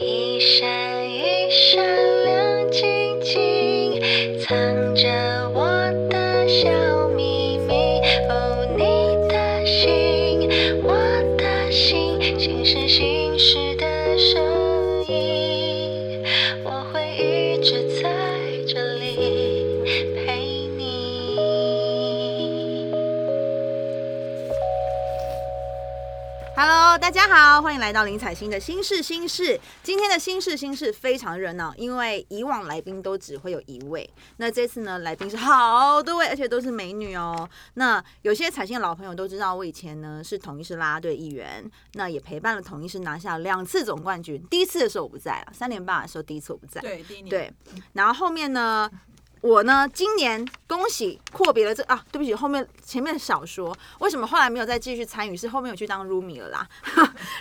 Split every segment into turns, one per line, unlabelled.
一闪一闪亮晶晶，藏着我的小秘密。哦，你的心，我的心，心是心事的声音，我会一直在这里陪你。
Hello，大家好，欢迎来到林采欣的新事新事。今天的新事新事非常热闹，因为以往来宾都只会有一位，那这次呢，来宾是好多位，而且都是美女哦。那有些采欣的老朋友都知道，我以前呢是统一师啦啦队一员，那也陪伴了统一师拿下两次总冠军。第一次的时候我不在了，三连霸的时候第一次我不在，
对，第一年，
对，然后后面呢，我呢今年恭喜阔别了这啊，对不起，后面前面少说，为什么后来没有再继续参与？是后面有去当 Rumi 了啦。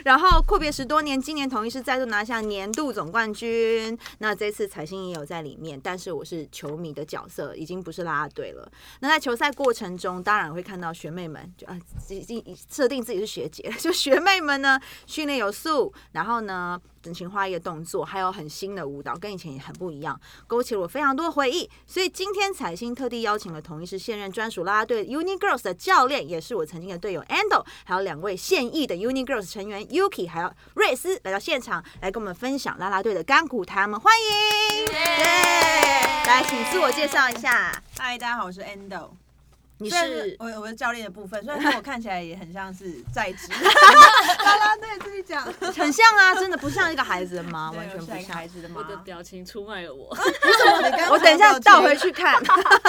然后阔别十多年，今年同一是再度拿下年度总冠军。那这次彩星也有在里面，但是我是球迷的角色，已经不是啦啦队了。那在球赛过程中，当然会看到学妹们就啊，已经设定自己是学姐， 就学妹们呢训练有素，然后呢整齐划一的动作，还有很新的舞蹈，跟以前也很不一样，勾起了我非常多的回忆。所以今天彩星特地邀请了同一是现任专属啦啦队 Uni Girls 的教练，也是我曾经的队友 Ando，还有两位现役的 Uni Girls 成员 Yuki 还有瑞斯来到现场，来跟我们分享啦啦队的甘苦谈。我们欢迎，对，来请自我介绍一下，
嗨，大家好，我是 Endo。
你
虽然
是
我我是教练的部分，虽然说我看起来也很像是在 职，啦啦队自己讲，
很像啊，真的不像一个孩子的 妈，
对
完全
我
不
是一个
像
孩。子的妈
我的表情出卖了我。
我等一下倒回去看。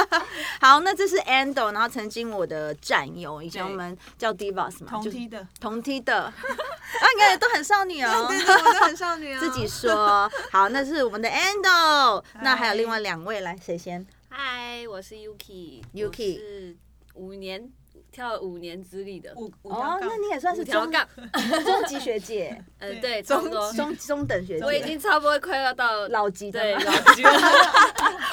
好，那这是 Ando，然后曾经我的战友，以前我们叫 Divas 嘛，
同
就是
梯的，
同梯的，啊，你看也都很少女 哦。
对对，我都很少女啊，
自己说好，那是我们的 Ando，那还有
嗨
另外两位，来谁先？
嗨，我是 Yuki。
Yuki
是五年跳了五年资历的，
五五条
哦，
杠
那你也算
五
是
条
中
杠。
中级学姐，
嗯，
对
对，差不
中
多。
中中等学姐，
我已经差不多快要到
老级的
对
了，
老级了。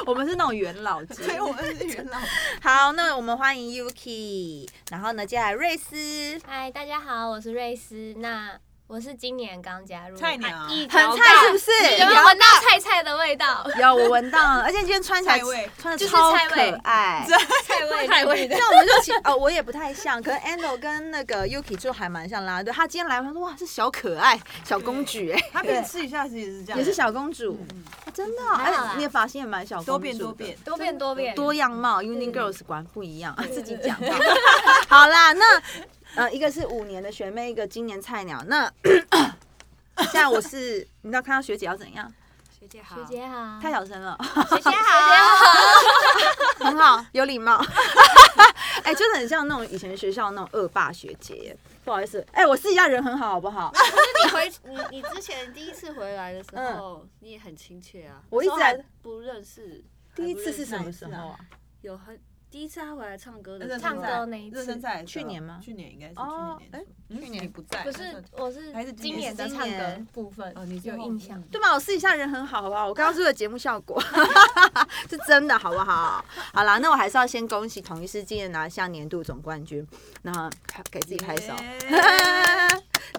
我们是那种元老级。
对，我们是元老，
好，那我们欢迎 Yuki，然后呢，接下来瑞斯，
嗨，大家好，我是瑞斯。那我是今年刚加入，
菜鸟
啊一
很
条
很
杠
菜是不是？
有没有闻到菜菜的味道？
有，我闻到了，而且今天穿起来
菜味
穿的
就是
超
菜味
可爱。
菜味，
太味 道。
像我们就其哦，我也不太像，可是 Ando 跟那个 Yuki 就还蛮像啦啦队。他今天来，他说哇是小可爱、小公举哎、
他可以试一下，其实是这样，
也是小公主，啊真
嗯
的哦、
还好
哎
啦
你的发型也蛮小公主
多
的
变多变，
多变多变，
多样貌，Uni Girls 果然不一样，自己讲 话。好啦，那呃，一个是五年的学妹，一个今年菜鸟。那 现在我是，你知道看到学姐要怎
啊
样？
学姐好
学。姐好，
太小声了。
学姐好，
很好， 有礼貌。哎、真的很像那种以前学校那种恶霸学姐。不好意思，哎、我私底下人很好，好不 好？
你回你你之前第一次回来的时候，你也很亲切啊。
我一直来
那时候还不认识。
第一次是什
还
么
不认识
时候啊？
有很第一次他回来唱歌
热
的
身
时候
唱歌那一
热
次
身，赛的时候
去年吗
去年应该是
哦
去年年初，去年你不在，
不是，我是
还是今
今
年
年的
今
唱
年
歌部分
哦，你
有印象，
对
啊
吧？我私底下人很好，好不好？我刚 刚说的节目效果 是真的，好不好？好啦，那我还是要先恭喜统一世界拿下年度总冠军，然后给自己
哎
拍手。 哦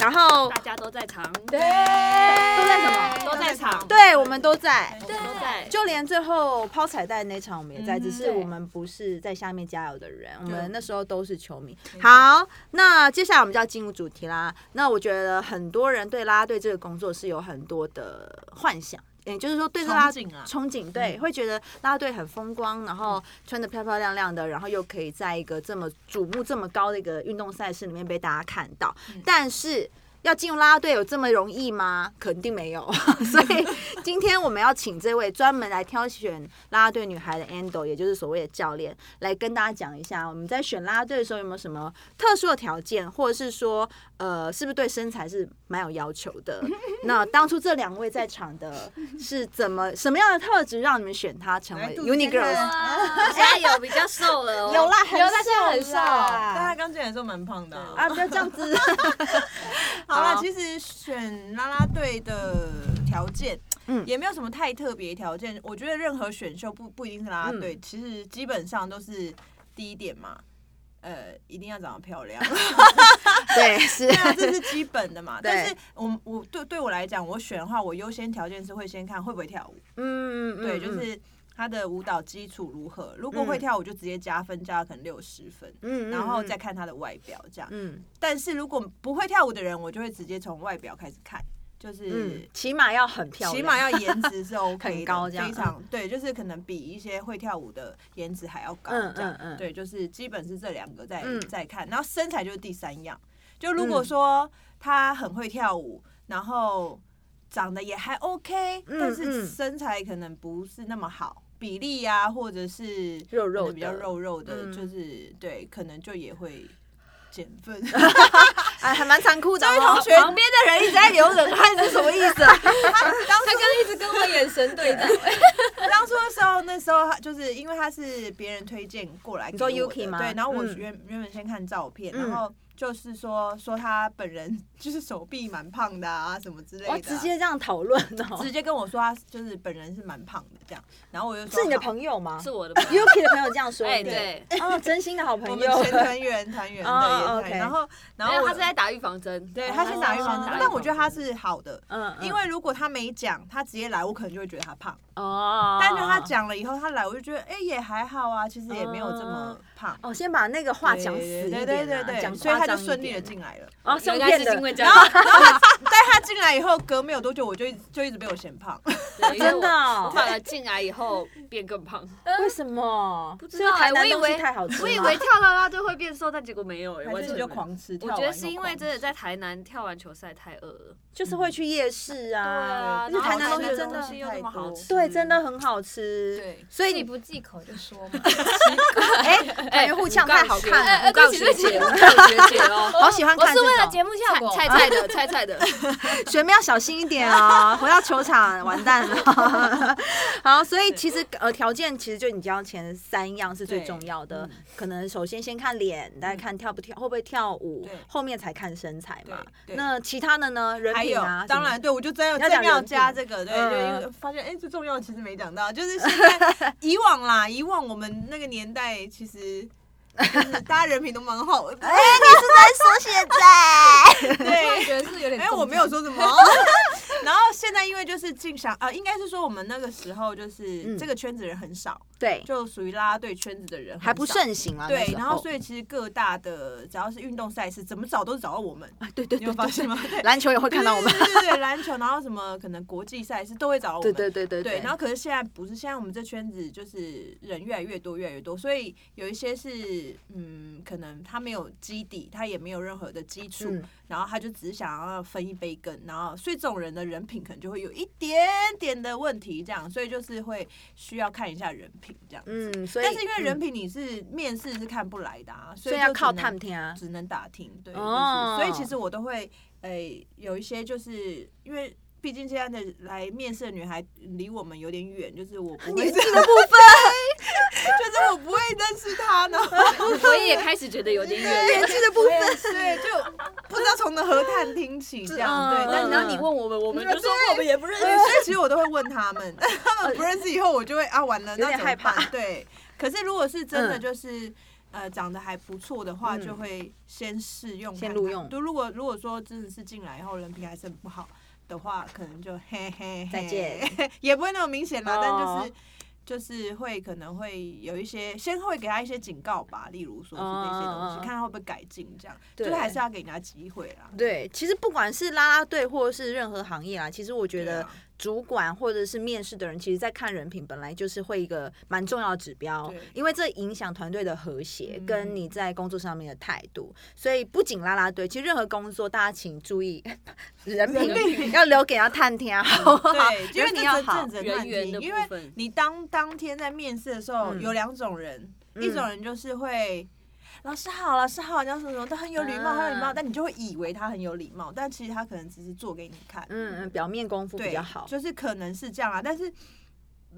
然后
大家都在场。
对，
哎
都在什么
都在场，
对我们都在，
对
都在。
就连最后抛彩带那场我们也在，
嗯
只是我们不是在下面加油的人，我们
对
那时候都是球迷。
错
好，那接下来我们就要进入主题啦。那我觉得很多人对啦啦队这个工作是有很多的幻想。也就是说，对这啦
憧憬啊嗯
憧憬对，会觉得啦啦队很风光，然后穿的漂漂亮亮的，然后又可以在一个这么瞩目、这么高的一个运动赛事里面被大家看到。
嗯
但是要进入啦啦队有这么容易吗？ 肯定没有。 所以今天我们要请这位专门来挑选啦啦队女孩的 Ando，也就是所谓的教练，来跟大家讲一下，我们在选啦啦队的时候有没有什么特殊的条件，或者是说，呃，是不是对身材是蛮有要求的？ 那当初这两位在场的是怎么什么样的特质让你们选她成
来
为
哎肚子
Uni
看
Girls？
看
哇现在 有比较瘦了哦。
有啦，
有啦现在很
瘦
瘦
但他
啦，
刚进来的时候蛮胖的啊
啊，不要这样 子。
好啊
好
啦，其实选啦啦队的条件，
嗯
嗯，也没有什么太特别条件。我
嗯
觉得任何选秀不不一定是啦啦队，其实基本上都是第一点嘛，呃，一定要长得 漂亮，
对，是
对啊，这是基本的嘛。
对
但是我我对对我来讲，我选的话，我优先条件是会先看会不会跳舞，
嗯，嗯
对，就
嗯
是他的舞蹈基础如何。如果
嗯
会跳舞，就直接加分，加到可能六十分，
嗯，嗯
然后再，看他的外表这样。
嗯
但是如果不会跳舞的人，我就会直接从外表开始看，就
嗯
是，
起码要很漂亮，
起码要颜值 是 OK 的
很高这样
非常嗯对，就是可能比一些会跳舞的颜值还要高
嗯
这样。
嗯嗯
对，就是基本是这两个在、
嗯
在看，然后身材就是第三样。就如果说
嗯
他很会跳舞，然后长得也还 OK，、
嗯
但
嗯
是身材可能不是那么好。比例啊，或者是
肉肉
可能比较
的
肉肉的，
嗯
就是对，可能就也会减分。
哎，还蛮残酷 的哦。
同学
旁边的人一直在流冷汗，是什么意 思啊？他刚刚一直跟我眼神对到，
当初的时候，那时候他就是因为他是别人推荐过来给
你说
我的
Yuki 吗
对，然后我
嗯
原、原本先看照片，
嗯
然后就是说说他本人 就是手臂蛮胖的啊，什么之类的啊、
哇，直接这样讨论哦
直，接跟我说他就是本人是蛮胖的这样，然后我就说
是你的
友，
朋友吗
是我的朋友。
？Yuki 的朋友这样说
哎，
你，
对，
哦，真心的好朋
我们
友
前，团员团员
哦
对，
哦
也
，OK
是然后然
没
后
有，
我
他是在打预防针，
对他先打预防针
哦，
但我觉得他是好的。
嗯，嗯
因为如果他没讲，他直接来，我可能就会觉得他胖。
哦，
但是他讲了以后，他来，我就觉得，哎、也还好啊，其实也没有这么胖。
哦，先把那个话讲死一点啊，
对对对对对，
讲
所以他
夸张
就
一
顺利的
点
进来了。
哦，顺
应该
便
是
的
因为这样，
但他进来以后，隔没有多久，我就一直就一直被我嫌胖，
对因为
真
我
的哦
我反而进来以后变更胖。
为什么？
不知
是因为
道
台
哎
南
我以
东西
为
太好吃吗，
我以为跳啦啦队会变瘦，但结果没有哎，
自
完全
己就
没有。
狂吃。
我
跳
觉
完
得
以
是
后
因为
狂
真的
吃
在台南跳完球赛太饿了，
就是会去夜市啊，
啊，
而且
然
台
后
南东西
台南
真
东
的
西又那么好吃，
对，真的很好吃。
对
所以
你
你
不忌口就说嘛。
哎，团员互呛太好看了，
哎
我
哎
告
对
诉
不
你
起
学
对不
姐，
起
我告诉你学姐 哦，
好喜欢
我
看
是
这
为了
种。
节目效果，
菜菜的，菜菜的，
学妹要小心一点 哦，回到球场完蛋了。好，所以其实呃条件其实就你要前三样是最重要的，可能首先先看脸，再看跳不跳，会不会跳舞
对，
后面才看身材嘛。
对对
那其他的呢？人
还
品
有
啊，，
当然，对我就真要
要
真
讲
要
人
加
品
这个，对，
嗯
就因为发现哎，最重要的其实没讲到，就是现在 以往啦，以往我们那个年代其实。就是大家人品都蛮好的，哎、 你是在说现在？ 对，
觉得是有点
哎、我没有说什么。然后现在因为就是进想啊，应该是说我们那个时候就是
嗯
这个圈子人很少，
对，
就属于啦啦队圈子的人很
还不
少。
盛行啊。
对
那，时
然后
候
所以其实各大的只要是运动赛事，怎么找都是找到我们。
啊
对对，你有发现 吗？对
篮球也会看到我们。
对对对对，篮球，然后什么可能国际赛事都会找我
对
们。
对对对
对然后可是现在不是，现在我们这圈子就是人越来越多，越来越多，所以有一些是嗯，可能他没有基底，他也没有任何的基础，
嗯
然后他就只想要分一杯羹，然后所以这种人的人品可能就会有一点点的问题，这样，所以就是会需要看一下人品这样子。
嗯，所以
但是因为人
嗯
品你是面试是看不来的啊，所
所
以
以要
就只
靠
能
探听啊。
只能打听，对，就是
哦
所以其实我都会，诶、有一些就是因为毕竟现在的来面试的女孩离我们有点远，就是我不会的部分，就是我不会认识她，然后
我也开始觉得有点远。
年纪的部分，
对，就不知道从何谈听起这样，对，
嗯
但
嗯
然后你
嗯
问我们，我们就
就
说
说我们也不认
对，所以其实我都会问他 们，他们不认识以后，我就会啊完了，
呃有
那
点
怎么
害怕
办？对，可是如果是真的
嗯
就是。呃，长得还不错的话，
嗯
就会先试用看
先
看，
录用
就如果如果说真的是进来以后人品还是很不好的话，可能就 嘿嘿嘿
再见，
也不会那么明显啦。
哦
但就是就是会可能会有一些，先会给他一些警告吧，例如说是这些东
嗯嗯嗯
西，看他会不会改进，这样，
对
就是还是要给人家机会啦。
对，其实不管是啦啦队或是任何行业啦，其实我觉
对
得
啊
主管或者是面试的人，其实在看人品本来就是会一个蛮重要的指标
对，
因为这影响团队的和谐
嗯
跟你在工作上面的态度。所以不仅啦啦队，其实任何工作大家请注意 人品，要留给他探听啊好不好？
嗯 对，
人
因为
品
你
要
要
好
正，正
人缘的
因
部
为
分
你当当天在面试的时候，
嗯
有两种人，
嗯
一种人就是会。老师好，老师好，然后什么什么都很有礼貌，
啊
很有礼貌，但你就会以为他很有礼貌，但其实他可能只是做给你看，
嗯嗯，表面功夫
对，
比较好。嗯
就是可能是这样啊。但是，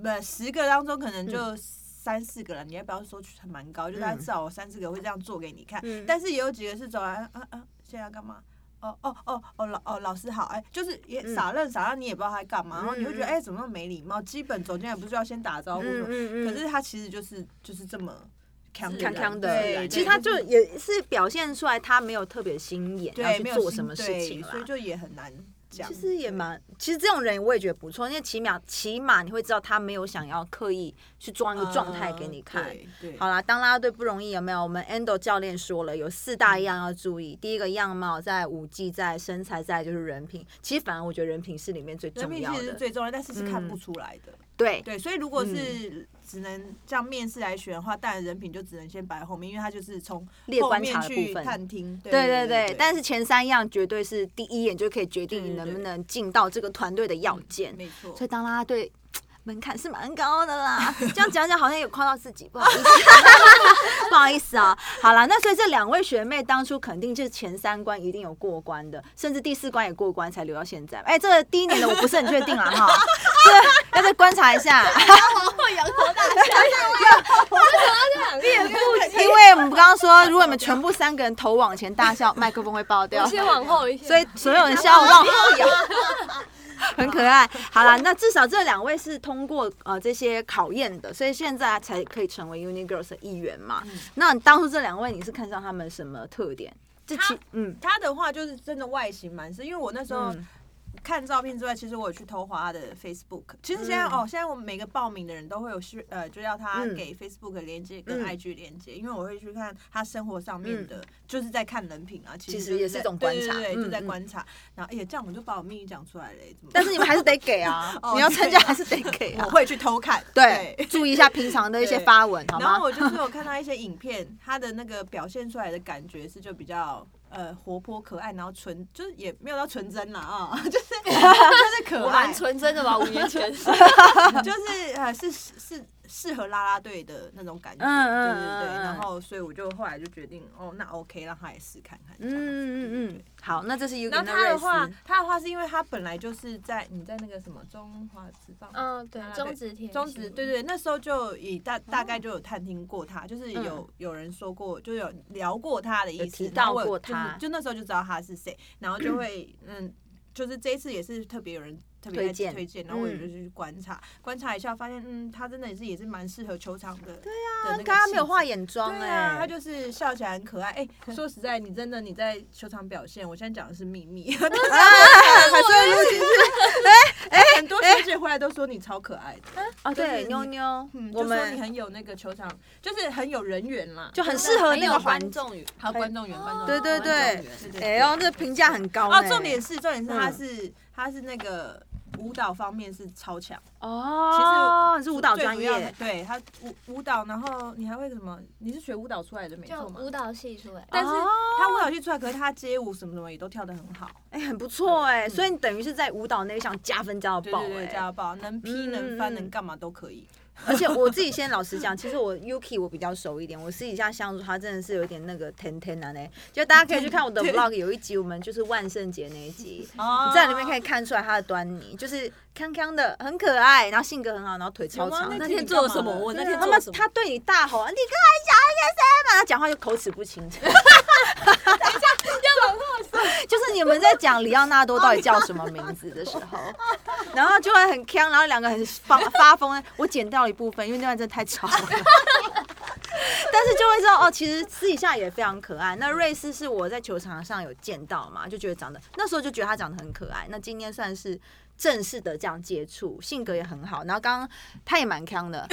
呃，十个当中可能就三四个了，你也不要说蛮高，就是他
嗯
至少有三四个会这样做给你看，
嗯
但是也有几个是走来，啊啊，现在要干嘛？哦哦哦哦，老哦老师好，哎、就是也
嗯
傻愣傻愣，你也不知道他在干嘛，然后你会觉得
嗯嗯
哎、怎么那么没礼貌？基本走进来不是要先打招呼
嗯
吗？
嗯嗯，
可是他其实就是就是这么强
康康
对
的，
对
其实他就也是表现出来他没有特别心眼要
对
去
没有
做
心
什么事
对
情啦
所以。就也很难讲。
其实也蛮，其实这种人我也觉得不错，因为起码起码你会知道他没有想要刻意去装一个状态给你看。
嗯对，
好啦，当啦啦队不容易，有没有？我们 Endo 教练说了，有四大样要注意。第一个样貌，在舞技，在身材，在就是人品。其实反而我觉得人品是里面最
人
重
品
要
其实是
的。
最重要，但是是看
嗯
不出来的。
对，
对，所以如果是只能这样面试来选的话，当然人品就只能先摆后面，因为他就是从
列
后
观
面
察的部
去
分。
探听。对
对
对
对对，但
是
是前三样绝对是第一眼就可以决定你
对对
能不
对嗯
能进到这个团队的要件。
没错
所以，当啦啦队门槛是蛮高的啦。这样讲讲好像有夸到自己，不好意思，不好意思啊。好啦，那所以这两位学妹当初肯定就是前三关一定有过关的，甚至第四关也过关才留到现在。哎、这个第一年的我不是很确定啦啊哈，这要再观察一下。
脸部
因为我们刚刚说，如果你们全部三个人头往前大笑，麦克风会爆掉。
先往后一些，
所以所有人笑 到很可爱。好啦，那至少这两位是通过呃这些考验的，所以现在才可以成为 Uni Girls 的一员嘛。那你当初这两位你是看上他们什么特点？这其
他
嗯
他的话就是真的外形蛮是，因为我那时候
嗯
看照片之外，其实我有去偷滑他的 Facebook。其实现在、
嗯
哦，现在我们每个报名的人都会有需呃，就要他
嗯
给 Facebook 的连接
嗯
跟 IG 连接，因为我会去看他生活上面的，就是在看人品啊，
其
实
实
就
也是
在
一种
对
观察
对对
嗯
就在
嗯
观察。然后哎呀，这样我就把我秘密讲出来了、欸，怎么 办？
但是你们还是得给 啊
哦，
你要参加
对啊
还是得给啊
我。会去偷看，
对，注意一下平常的一些
对
发文，好
然
吗
后？我就是有看到一些影片，他的那个表现出来的感觉是就比较呃活泼可爱，然后纯就是也没有到纯真啦啊， 就是 就是可
我
爱
蛮，纯真的吧，五年前。
就是呃是是适合啦啦队的那种感觉，
嗯嗯
对
嗯
对
嗯
对。然后所以我就后来就决定哦，那 OK 让他也试看看。
嗯嗯嗯嗯，好，那这是 Uni
然后他的话
Girls。，
他的话是因为他本来就是在你在那个什么中华职棒，
嗯，对
啦啦队
中指铁，
中职对对，那时候就以大大概就有探听过他，就是有、有人说过，就有聊过他的意
嗯有
思，
提
然
到
后我有
过
就是
他
就那时候就知道他是谁，然后就会嗯，就是这一次也是特别有人。特别
推
在
荐
推荐，然后我也
嗯
就去观察，观察一下，发现嗯，他真的也是也是蛮适合球场的。对
他
啊
刚刚没有化眼妆
对
哎
啊，他，就是笑起来很可爱。哎、说实在，你真的你在球场表现，我现在讲的是秘 密， 但是
啊
还是会录进去。哎哎，很多学姐回来都说你超可爱的。
哦
就是
对，
你
妞妞
嗯，，
我
就说你
们
很有那个球场，就是很有人缘嘛，
就很适合那个环
观众语，
还有观众缘，观众缘
对对对
观众缘对对
哎
对
呦，这评价很高
哦，
呢
重点是重点是他
嗯
是他是那个舞蹈方面是超强，
哦，你是舞蹈
最
专
主要
业，
对他舞舞蹈，然后你还会什么？你是学舞蹈出来的没
就
错嘛
舞？蹈系出来，
但是
哦
他舞蹈系出来，可是他街舞什么什么也都跳得很好，
哎，很不错哎，
嗯
所以你等于是在舞蹈那一项加分加到
对
爆
对对，
哎。
家暴能劈
嗯
能翻
嗯
能干嘛都可以，
而且我自己先老实讲，其实我 Yuki 我比较熟一点，我私底下相处他真的是有点那个甜甜的呢。就大家可以去看我的 vlog，有一集我们就是万圣节那一 集，
哦
你在里面可以看出来他的端倪，就是康康的，很可爱，然后性格很好，然后腿超
有吗
长。
那
那天做了什么？我那天
他
做
妈
了什么？
他对你大吼，啊你跟我讲一个什么？他讲话就口齿不清。 等一下，就是你们在讲里奥纳多到底叫什么名字的时 候，然后就会很呛，然后两个很发发疯。我剪掉了一部分，因为那段真的太吵了。但是就会知道哦，其实私底下也非常可爱。那瑞斯是我在球场上有见到嘛，就觉得长得那时候就觉得他长得很可爱。那今天算是正式的这样接触，性格也很好。然后刚刚他也蛮康 的，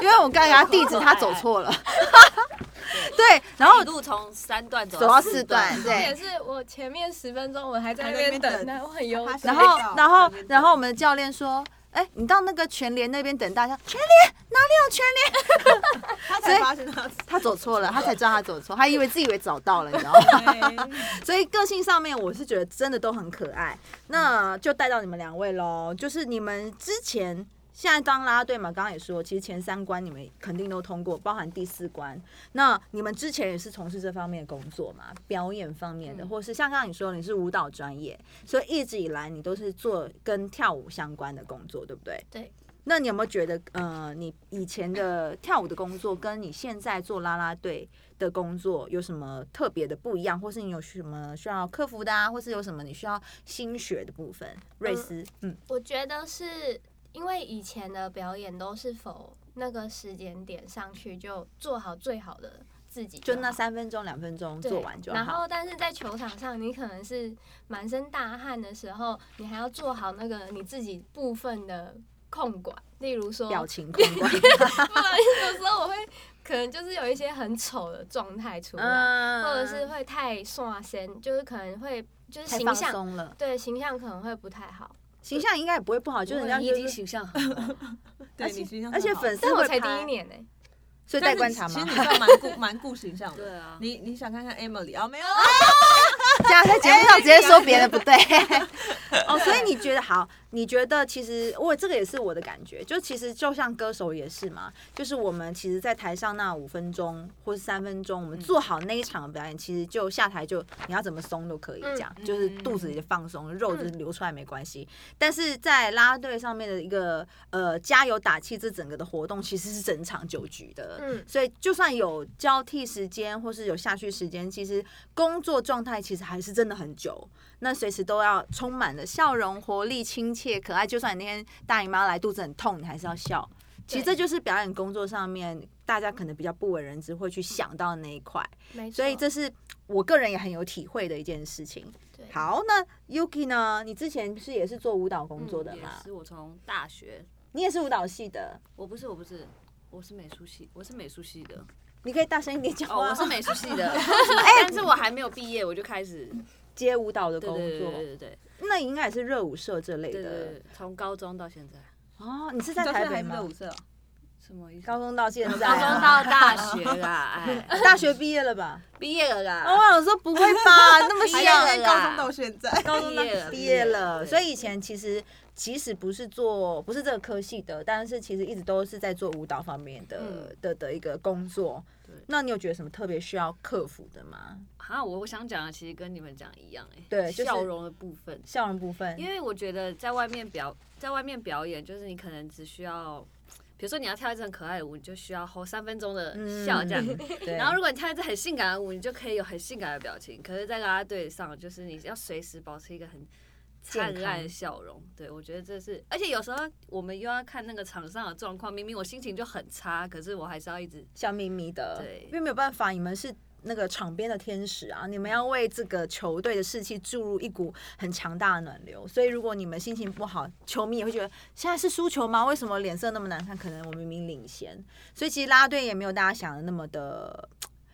因为我刚才给他地址他走错了，对，然后
一路从三段走
走到四段，
这也
对。
是我前面十分钟我还在那边等，那我很忧
他
郁。
然后，然后，然后我们的教练说：“哎、你到那个全联那边等大家。”全联哪里有全联？
他才发 现他
他走错了，他才知道他走错，他以为自己以为找到了，你知道吗？所以个性上面，我是觉得真的都很可爱。那就带到你们两位喽，就是你们之前现在当啦啦队嘛，刚刚也说，其实前三关你们肯定都通过，包含第四关。那你们之前也是从事这方面的工作嘛，表演方面的，或是像刚刚你说你是舞蹈专业，所以一直以来你都是做跟跳舞相关的工作，对不对？
对。
那你有没有觉得，呃，你以前的跳舞的工作跟你现在做啦啦队的工作有什么特别的不一样，或是你有什么需要克服的啊，或是有什么你需要新学的部分？瑞斯，嗯
我觉得是因为以前的表演都是否
那个时间点上去就做好最好的自己
就
好
那三分钟、两分钟
对
做完就
然
好
后，。但是在球场上，你可能是满身大汗的时候，你还要做好那个你自己部分的控管，例如说，
表情控管，
不然有时候我会可能就是有一些很丑的状态出来，
嗯
或者是会太刷身，就是可能会就是
太
形
放
象。
松了，
对形象可能会不太好，
形象应该也不会不好，就是人家
你已
就
经
是
形象很好了，
对，你形象
而且
很好
粉丝
但我
会
才第
拍
一，年欸 呢、
所以待
但是
观察
其实
嘛
你。算蛮顾蛮顾形象的。
对啊，
你你想看看 Emily 啊？没有，
这样在节目上直接说别人不对。 哦，所以你觉得好？你觉得其实我这个也是我的感觉，就其实就像歌手也是嘛，就是我们其实，在台上那五分钟或是三分钟，我们做好那一场的表演，其实就下台就你要怎么松都可以，这样、就是肚子也放松，肉就是流出来没关系。但是在啦啦队上面的一个呃加油打气这整个的活动，其实是整场九局的，
嗯
所以就算有交替时间或是有下去时间，其实工作状态其实还是真的很久。那随时都要充满了笑容、活力、亲切、可爱。就算你那天大姨妈来肚子很痛，你还是要笑。其实这
对
就是表演工作上面大家可能比较不为人知会去想到的那一块，
没错。
所以这是我个人也很有体会的一件事情。
对
好，那 Yuki 呢？你之前不是也是做舞蹈工作的
嗯
吗？
也是我从大学，
你也是舞蹈系的，
我不是我不是，我是美术系，我是美术系的，
你可以大声一点讲
哦，
话。
我是美术系的，但是我还没有毕业，我就开始
接舞蹈的
对
工
对
作，
对对对
那应该也是热舞社这类
对对
的
对，从高中到现在，
哦。你是在
到现
台
在
北
还是
吗
热？舞社啊？
什么意思？
高中到现在
高中
啊、
到大学啦， 哎，
大学毕业了吧？
毕业了
哦，
啦，
我想说不会吧， 那么
啊还
小
有
因
了
为
啦
高中到现在，
高中
毕业了
毕业了，
对
所以以前其实即使不是做不是这个科系的，但是其实一直都是在做舞蹈方面的、
嗯
的的一个工作
对。
那你有觉得什么特别需要克服的吗？
啊，我我想讲的其实跟你们讲一样，哎，
对就是
笑容的部分，
笑容部分，
因为我觉得在外面表在外面表演，就是你可能只需要，比如说你要跳一支很可爱的舞，你就需要 hold 三分钟的笑这样。
嗯 对，
然后如果你跳一支很性感的舞，你就可以有很性感的表情。可是，在啦啦队上，就是你要随时保持一个很灿
健
烂
康
的笑容。对我觉得这是，而且有时候我们又要看那个场上的状况。明明我心情就很差，可是我还是要一直
笑眯眯的，
对
因为没有办法，你们是。那个场边的天使啊，你们要为这个球队的士气注入一股很强大的暖流。所以，如果你们心情不好，球迷也会觉得现在是输球吗？为什么脸色那么难看？可能我们明明领先，所以其实啦啦队也没有大家想的那么的，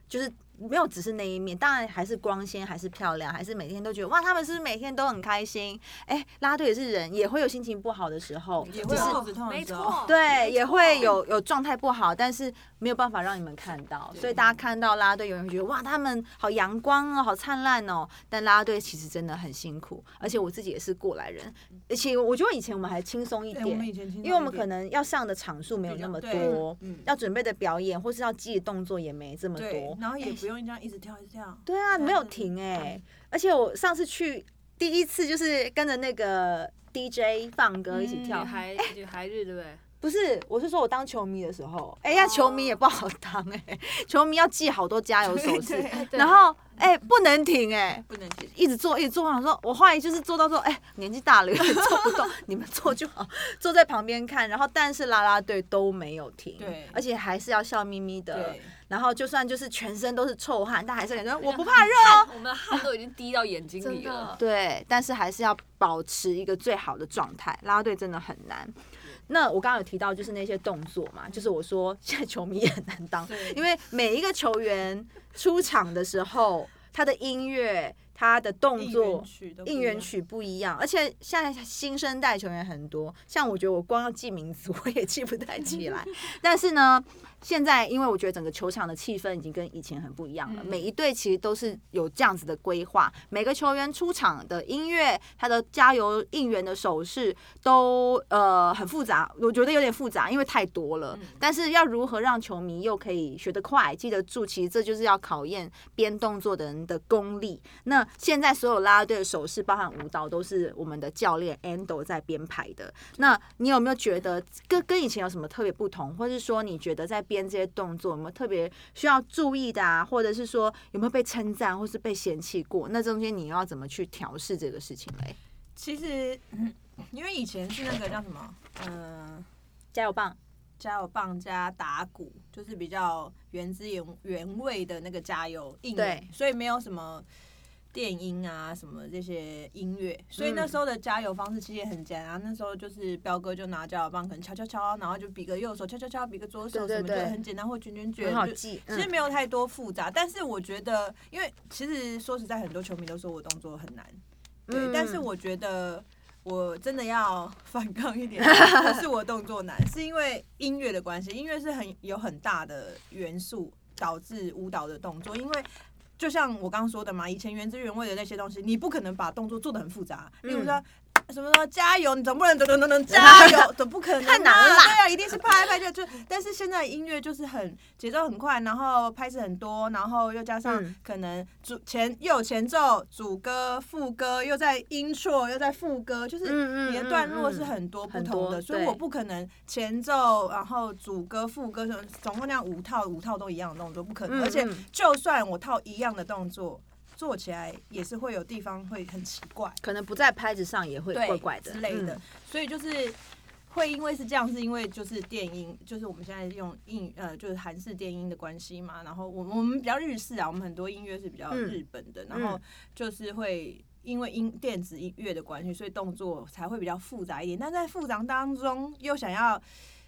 就是没有只是那一面。当然还是光鲜，还是漂亮，还是每天都觉得哇，他们是不是每天都很开心？哎、啦啦队也是人，也会有心情不好的时候，
也
只
会
是
有肚子痛的时候，
对，也会有有状态不好，但是没有办法让你们看到，所以大家看到啦啦队，有人会觉得哇，他们好阳光哦，好灿烂哦。但啦啦队其实真的很辛苦，而且我自己也是过来人，而且我觉得以前我们还轻松一
对，我们以
点，
前听到一点，
因为我们可能要上的场数没有
比
那
较
么
对
多，
嗯
要准备的表演或是要记的动作也没这么
对
多，，哎
然后也不用这样一直跳一直跳。
对啊，
对
没有
对
停哎、而且我上次去第一次就是跟着那个 DJ 放歌一起
嗯
跳，
女孩女孩日，对不对？
不是，我是说我当球迷的时候，哎、呀，球迷也不好当哎、 球迷要记好多加油手 势，
对
然后哎、不能停哎、
不能停，
一直做一直做，我想说，我后来就是做到说，哎、年纪大了有点做 不动，你们做就好，坐在旁边看，然后但是啦啦队都没有停，
对
而且还是要笑眯眯的
对，
然后就算就是全身都是臭汗，但还是感觉我不怕热哦，
我们的汗都已经滴到眼睛里
真
了
的。
对，但是还是要保持一个最好的状态。啦啦队真的很难。那我刚刚有提到，就是那些动作嘛，就是我说现在球迷也很难当，因为每一个球员出场的时候，他的音乐、他的动作、
曲都不一样
应援曲不一样，而且现在新生代球员很多，像我觉得我光要记名字我也记不太起 来。但是呢，现在因为我觉得整个球场的气氛已经跟以前很不一样了，每一队其实都是有这样子的规划，每个球员出场的音乐、他的加油应援的手势都呃很复杂，我觉得有点复杂，因为太多了。但是要如何让球迷又可以学得快、记得住，其实这就是要考验编动作的人的功力。那现在所有啦啦队的手势，包含舞蹈，都是我们的教练 Ando 在编排的。那你有没有觉得跟跟以前有什么特别不同，或是说你觉得在编这些动作有没有特别需要注意的啊？或者是说有没有被称赞或是被嫌弃过？那中间你要怎么去调试这个事情嘞？
其实，嗯因为以前是那个叫什么，嗯、
加油棒，
加油棒加打鼓，就是比较原汁原原味的那个加油应援
对，
所以没有什么电音啊什么这些音乐，所
嗯
以那时候的加油方式其实也很简单。那时候就是彪哥就拿加油棒，可能敲敲敲，然后就比个右手，敲敲敲，比个左手，
对对
什么就
对
很简单，或卷卷卷，
很好
就
记。
其实
嗯，
没有太多复杂，但是我觉得，因为其实说实在，很多球迷都说我动作很难，对，
嗯
但是我觉得我真的要 反抗一点，不是我动作 难，是因为音乐的关系，音乐是很有很大的元素导致舞蹈的动作，因为。就像我刚刚说的嘛，以前原汁原味的那些东西，你不可能把动作做的很复杂。例
嗯
如说，什么说加油，你总不能等等等等加 油，总不可能、啊、
太难了啦
对啊，一定是拍一拍就就。但是现在音乐就是很节奏很快，然后拍子很多，然后又加上
嗯
可能主前又有前奏、主歌、副歌，又在音错，又在副歌，
嗯
就是
嗯
你的
嗯
段落
嗯
是很多不
很
同
多
的，所以
对
我不可能前奏，然后主歌、副歌，总总共那样五套，五套都一样的动作，不可能。
嗯
而且
嗯
就算我套一样的动作，做起来也是会有地方会很奇怪。
可能不在拍子上也会
对
怪怪的
之类的，
嗯
所以就是会因为是这样，是因为就是电音，就是我们现在用印呃就是韩式电音的关系嘛，然后我们我们比较日式啊，我们很多音乐是比较
嗯
日本的，然后就是会。因为音电子音乐的关系，所以动作才会比较复杂一点。但在复杂当中，又想要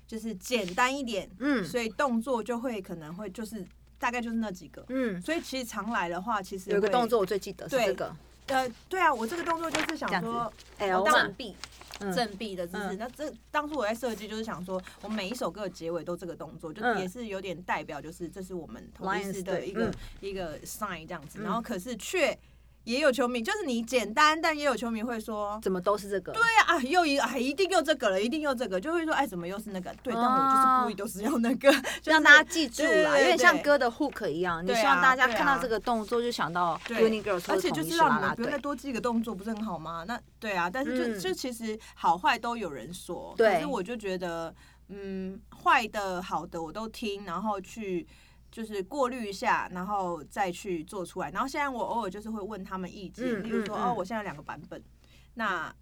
就是简单一点，
嗯
所以动作就会可能会就是大概就是那几个。
嗯，
所以其实常来的话，其实
有一个
会
动，作我最记得是
对
这个
呃，对啊，我这个动作就是想
这样子
说，
L
当
嘛
然，臂
嗯
正臂的姿势。
嗯
那这当初我在设计就是想说，我每一首歌的结尾都这个动作，就
嗯
也是有点代表，就是这是我们同一师的
Lions
一个、
队
一个 sign 这样子。
嗯
然后可是却也有球迷，就是你简单，但也有球迷会说。
怎么都是这个？对
对呀、啊，又一啊，一定又这个了，一定又这个，就会说，哎，怎么又是那个？对，但我就是故意都是要那个， 就
哦让
是
大家记住
对对
啦，
对
有点像
对
歌的 hook 一样，你
对啊
希望大家
对啊
看到这个动作就想到
对
Uni Girls 或
而
者
且
统
就
一
是
是
让
啦
你们
啦
不用再
队。
多记一个动作，不是很好吗？那对啊，但是就、
嗯
就其实好坏都有人说，
对
可是我就觉得，嗯，坏的、好的我都听，然后去。就是过滤一下，然后再去做出来。然后现在我偶尔就是会问他们意见，
嗯
例如说、
嗯
哦
嗯，
我现在有两个版本，那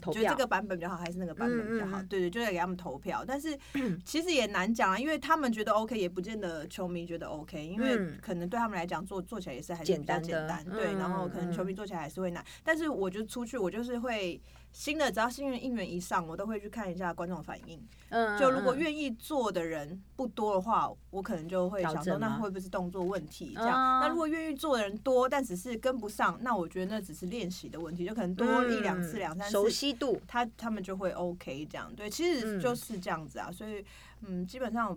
投
觉得
票
这个版本比较好，还是那个版本比较好？
嗯嗯嗯
对对，就在给他们投票。但 是其实也难讲啊，因为他们觉得 OK，也不见得球迷觉得 OK，因为
嗯
可能对他们来讲做做起来也是还是比较简
简单的
单，对。
嗯
然后可能球迷做起来还是会难，但是我就出去，我就是会新的，只要新人应援一上，我都会去看一下观众反应。
嗯
就如果
嗯
愿意做的人不多的话，我可能就会
调
想说，
整
那
吗
会不会是动作问题？这
啊
样，那如果愿意做的人多，但只是跟不上，那我觉得那只是练习的问题，就可能多
嗯
一两次、两三次
熟悉度，
他他们就会 OK 这样，对，其
嗯
实就是这样子啊，所以嗯，基本上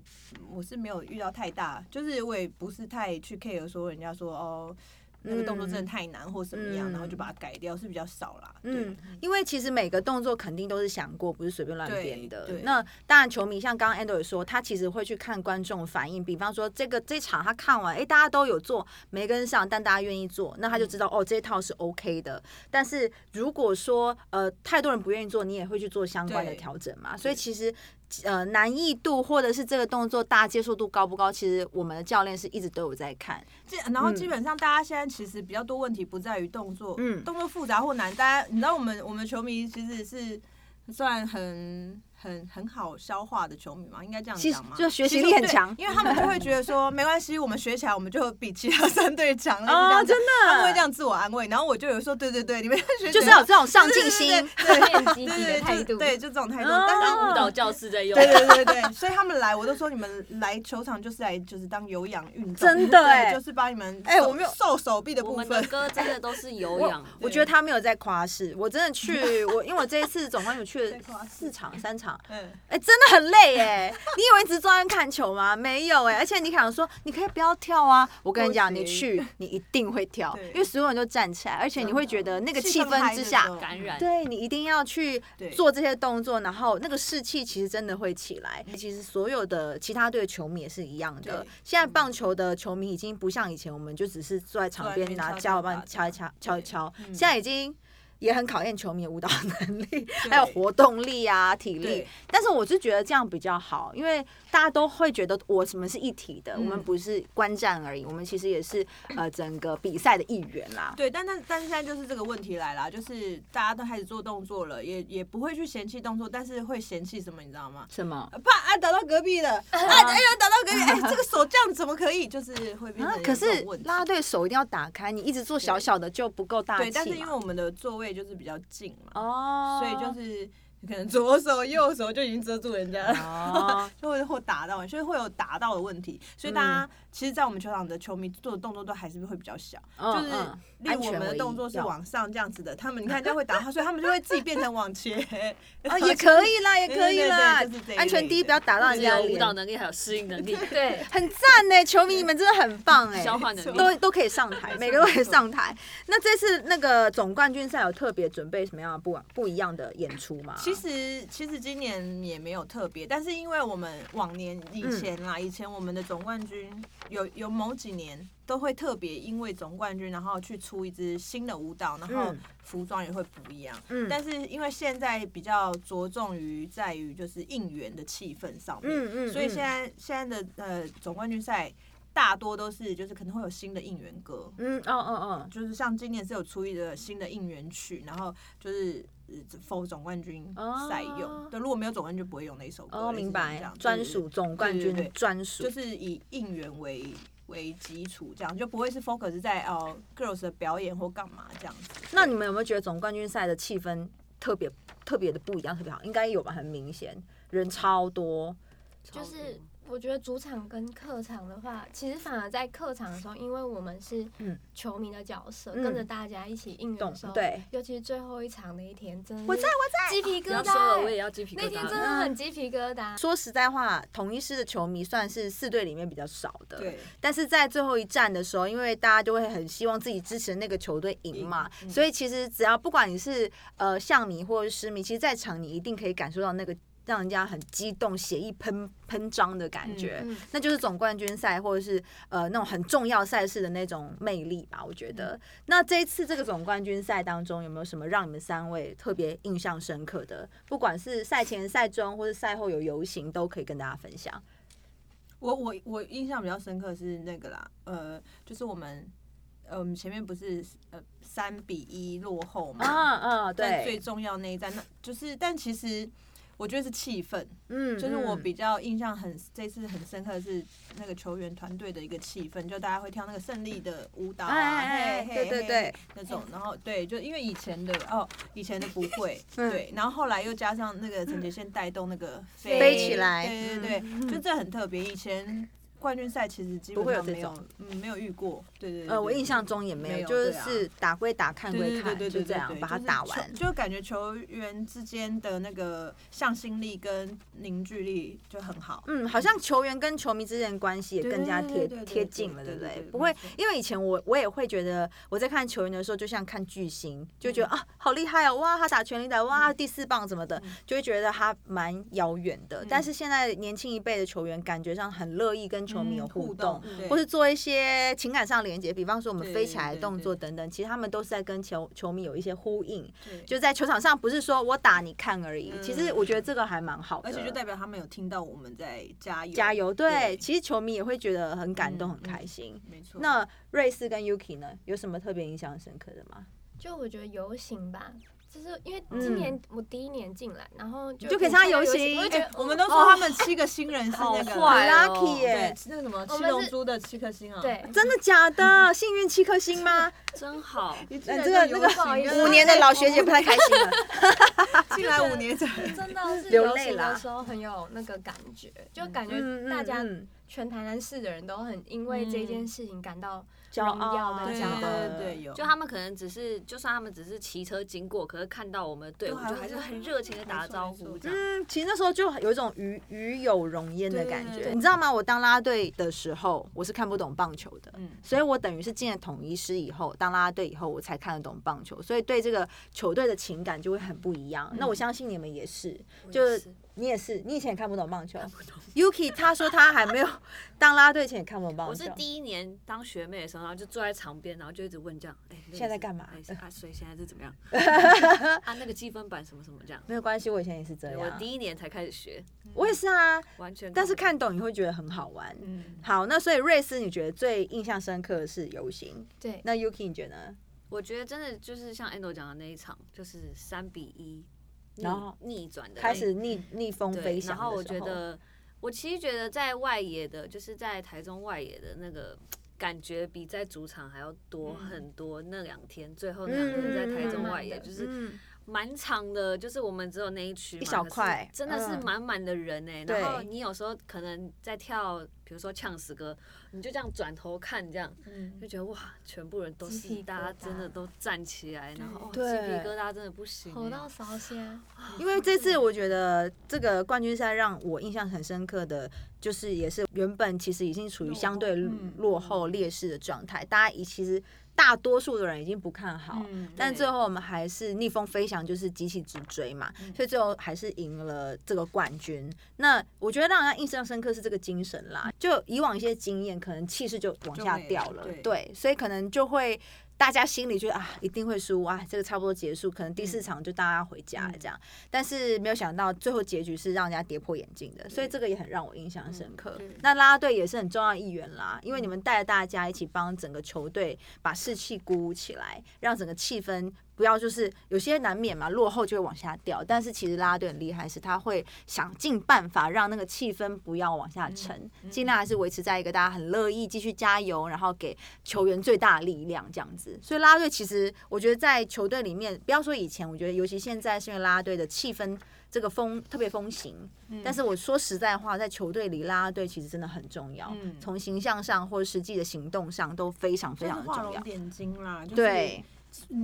我是没有遇到太大，就是我也不是太去 care 说人家说哦那个动作真的太难或怎么样，
嗯
然后就把它改掉是比较少啦，
嗯
对，，
因为其实每个动作肯定都是想过，不是随便乱
对
编的
对。
那当然，球迷像刚刚 Ando 也说，他其实会去看观众反应，比方说这个这场他看完，诶，大家都有做，没跟上，但大家愿意做，那他就知
嗯
道、哦，这一套是 OK 的。但是如果说呃太多人不愿意做，你也会去做相关的
对
调整嘛。所以其实。呃，难易度或者是这个动作大家接受度高不高，其实我们的教练是一直都有在看。
基然后
嗯
基本上大家现在其实比较多问题不在于动作，
嗯
动作复杂或难，大家你知道我们我们球迷其实是算很。很很好消化的球迷嘛，应该这样
其实
讲嘛，
就学习
其实
力很
对
强
因为他们就会觉得说没关系，我们学起来我们就比其他三队强了，
哦
类似这样讲
真的
他们会这样自我安慰，然后我就有说，对对对，你们学起来
就是要有这种上进心，
对对
练
对
积
对
极
对
的
就
态度，
对，就这种态度，
哦
但是
当舞蹈教师在用。
对对对 对，所以他们来，我都说你们来球场就是来就是当有氧运动，
真的欸
对就是把你们
欸
瘦
我没有
瘦手臂的
我
部
们的
分，
歌真的都是有氧
我
的，
我觉得他没有在夸饰，我真的 去，我因为我这一次总共有去了
夸饰
四场三场，
嗯，
哎、真的很累哎、 你以为只是专门看球吗？没有哎、而且你想说你可以不要跳啊，我跟你讲，
不
你
行
去你一定会跳
对，
因为所有人都站起来，而且你会觉得那个气氛之下
气氛嗨的时。候
感染
对你一定要去
对
做这些动作，然后那个士气其实真的会起来。其实所有的其他队的球迷也是一样的
对。嗯
现在棒球的球迷已经不像以前，我们就只是坐在场
坐在那
边
边
拿
敲
加油
敲
棒
打
敲一敲敲一
对
敲，
嗯
现在已经也很考验球迷的舞蹈 能力，还有活动力啊、体力
对。
但是我是觉得这样比较好，因为大家都会觉得我什么是一体的，我
嗯
们不是观战而已，我们其实也是呃整个比赛的一员啦。
对，但但但是现在就是这个问题来啦，就是大家都开始做动作了，也也不会去嫌弃动作，但是会嫌弃什么，你知道吗？
什么？
啊啪啊，打到隔 壁了，啊哎呀，打到隔壁，哎，这个手这样怎么可以？就是会变
啊
成！有
可
这
是
种问题。
啦啦队手一定要打开，你一直做小小的就不够大气嘛。
对，但是因为我们的座位就是比较近嘛，
哦，
所以就是可能左手 右手就已经遮住人家了。
哦，
就会或打到，所以会有打到的问题，所以大家、其实，在我们球场的球迷做的动作都还是会比较小，
嗯
就是
嗯
例如我们
安全
的
为
动作是
要
往上这样子的，他 们你看这样会打到，所以他们就会自己变成往 前，哦
啊，也可以 啦，也可以啦
对对对就是这一类，的
安全第一，不要打到
自
人
己
家
有舞
脸。
蹈能力还有适应能力，
对，
很赞呢，球迷们真的很棒 哎，
消化能力
都都可以上台，每个都可以上台。那这次那个总冠军赛有特别准备什么样的不啊不一样的演出吗？
其实其实今年也没有特别，但是因为我们往年以前啦，以前我们的总冠军有有某几年都会特别因为总冠军，然后去出一支新的舞蹈，然后
嗯
服装也会不一样。
嗯
但是因为现在比较着重于在于就是应援的气氛上面，
嗯嗯嗯
所以现在现在的呃总冠军赛大多都是就是可能会有新的应援歌，
嗯，哦哦哦，
就是像今年是有出一个新的应援曲，然后就是呃否总冠军赛用。
哦
对，如果没有总冠军就不会用那首歌。
哦，
类似
明
这
白
样，
专属总冠
对对
军
对
专属
就，是以应援为为基础，这样就不会是 focus 在哦 girls 的表演或干嘛这样子。
那你们有没有觉得总冠军赛的气氛特别特别的不一样，特别好？应该有吧，很明显，人超多。
就是我觉得主场跟客场的话，其实反而在客场的时候，因为我们是
嗯
球迷的角色，
嗯
跟着大家一起应援
懂
的时候，
对，
尤其是最后一场那一天，真的
我在嗯
我在鸡皮
不
疙
要说了，我也
瘩。欸
要鸡皮疙
那天
瘩
真
了。
的很鸡皮疙瘩，
说实在话，同一师的球迷算是四队里面比较少的，
对，
但是在最后一站的时候，因为大家就会很希望自己支持的那个球队赢嘛，
赢嗯
所以其实只要不管你是呃象迷或者是狮迷，其实，在场你一定可以感受到那个让人家很激动、血意喷喷张的感觉。
嗯嗯
那就是总冠军赛，或者是呃那种很重要赛事的那种魅力吧，我觉得。那这一次这个总冠军赛当中，有没有什么让你们三位特别印象深刻的？不管是赛前、赛中，或是赛后有游行，都可以跟大家分享。
我我我印象比较深刻是那个啦，呃，就是我们呃我们前面不是呃三比一落后嘛，
啊啊，
但最
对，
重要那一站，那就是但其实我觉得是气氛，
嗯
就是我
嗯
比较印象很这次很深刻的是那个球员团队的一个气氛，就大家会跳那个胜利的舞蹈啊，
哎哎哎
嘿
对
嘿
对
嘿
对
那种，然后对，就因为以前的哦，以前的不会，
嗯
对，然后后来又加上那个陈杰宪带动那 个飞
飞起来嗯
对对对，就这很特别，以前。冠军赛其实基
不会
本
有这
上没有
种，
嗯，没有遇过，对对对
呃，我
对
印象中也没
没
有，
有
就是
对啊
是打归打，看
对
归
对对
看，
对
就
对，
这样
对
把它
就是
打
球
完。
就感觉球员之间的那个向心力跟凝聚力就很好。
嗯，好像球员跟球迷之间的关系也
对
更加
对
贴
对对对
贴
对
近了，对
对
不
对
对
对？
不会
没错，
因为以前我我也会觉得我在看球员的时候，就像看巨
嗯
星，就觉得啊好厉害哦，哇他打全力打，哇他第四棒怎么
嗯
的，就会觉得他蛮遥远的。但是现在年轻一辈的球员，感觉上很乐意跟球迷有
嗯互
动
动，对
或是做一些情感上连接，比方说我们
对
飞起来的
对
动作
对
等等，其实他们都是在跟球球迷有一些呼应。
对，
就在球场上，不是说我打你看而已。其实我觉得这个还蛮好的，
嗯而且就代表他们有听到我们在加油
加油。对，
对
其实球迷也会觉得很感动、
嗯
很开心。
没错。
那瑞士跟 Yuki 呢，有什么特别印象深刻的吗？
就我觉得游行吧，就是因为今年我第一年进来，然后就
嗯就可以参
参
加游
游
行
我就觉
哎
得
我们都说他们七个新人是那个
好坏
啦
哎呦
lucky 耶
对，、那个什么
我们
七
是
龙珠的七颗星啊，
对，
真的假 的？幸运七颗星吗？
真好，
一进
呃
来
这
就
个
有
那个
请
意思
跟
五 年的老学姐不太开心 了。
进来五年才
真的是
流
游
泪
行
啦
的时候很有那个感觉，就感
嗯
觉
嗯
大家
嗯
全台南市的人都很因为这件事情感到
骄傲
荣耀
啊
跟
对
骄
讲
傲。
的
对对有，
就他们可能只是，就算他们只是骑车经过，可是看到我们的队伍，
对啊
就还是很热情的打招
没错
呼
没错
这样。
嗯，其实那时候就有一种与与有荣焉的感
对
觉，
对
你知道吗？我当啦啦队的时候，我是看不懂棒球的，
嗯
所以我等于是进了统一师以后，当啦啦队以后，我才看得懂棒球，所以对这个球队的情感就会很不一样。那
嗯
我相信你们也是，
我
就
也
是哦
是
你也是，你以前也看不懂棒球。
不懂
Yuki 他说他还没 有当啦队前也看不懂棒球。
我是第一年当学妹的时候，然后就坐在场边，然后就一直问这样，哎、那个
现在在
是
干嘛
哎是啊，所以现在是怎 么样？啊，那个积分板什么什么这样。
没有关系，我以前也是这
对啊
样。
我第一年才开始学，
我也是啊，
完全。
但是看懂你会觉得很好玩。
嗯，
好，那所以瑞斯，你觉得最印象深刻的是游行？
对，
那 Yuki 你觉得呢？
我觉得真的就是像 Ando 讲的那一场，就是三比一，
然后
逆转的
开
那
始逆逆风
对，
飞翔的时
然
候。
后我觉得，我其实觉得在外野的，就是在台中外野的那个感觉，比在主场还要多很多。那两天，最后那两天在台中外野，
嗯
就是
嗯，
满场的，就是我们只有那一区嘛，
一小
可是
块
真的是
嗯
满满的人哎、
对
然后你有时候可能在跳，比如说呛死歌，你就这样转头看，这样就觉得哇，全部人都
鸡皮
是
疙
大家
瘩
真的都站起来，然后哦鸡
对
皮疙瘩真的不行、
吼
欸。
到烧香，
因为这次我觉得这个冠军赛让我印象很深刻的，就是也是原本其实已经处于相对
落后嗯
落后劣势的状态，大家已其实大多数的人已经不看好，
嗯
但
对
最后我们还是逆风飞翔，就是急起直追嘛，所以最后还是赢了这个冠军。那我觉得让人家印象深刻是这个精神啦，就以往一些经验，可能气势就往下掉了，
就没了
对，所以可能就会。大家心里觉得啊，一定会输啊，这个差不多结束，可能第四场就大家回家了这样。但是没有想到最后结局是让人家跌破眼镜的，所以这个也很让我印象深刻。
嗯对
那啦啦队也是很重要一员啦，因为你们带着大家一起帮整个球队把士气鼓舞起来，让整个气氛不要就是有些难免嘛，落后就会往下掉。但是其实啦啦队很厉害，是他会想尽办法让那个气氛不要往下沉，尽量还是维持在一个大家很乐意继续加油，然后给球员最大的力量这样子。所以啦啦队其实我觉得在球队里面，不要说以前，我觉得尤其现在是因为啦啦队的气氛。这个风特别风行，但是我说实在话，在球队里啦啦队其实真的很重要，
嗯
从形象上或者实际的行动上都非常非
就是
常的
画
重要
龙。点睛啦，就是
对，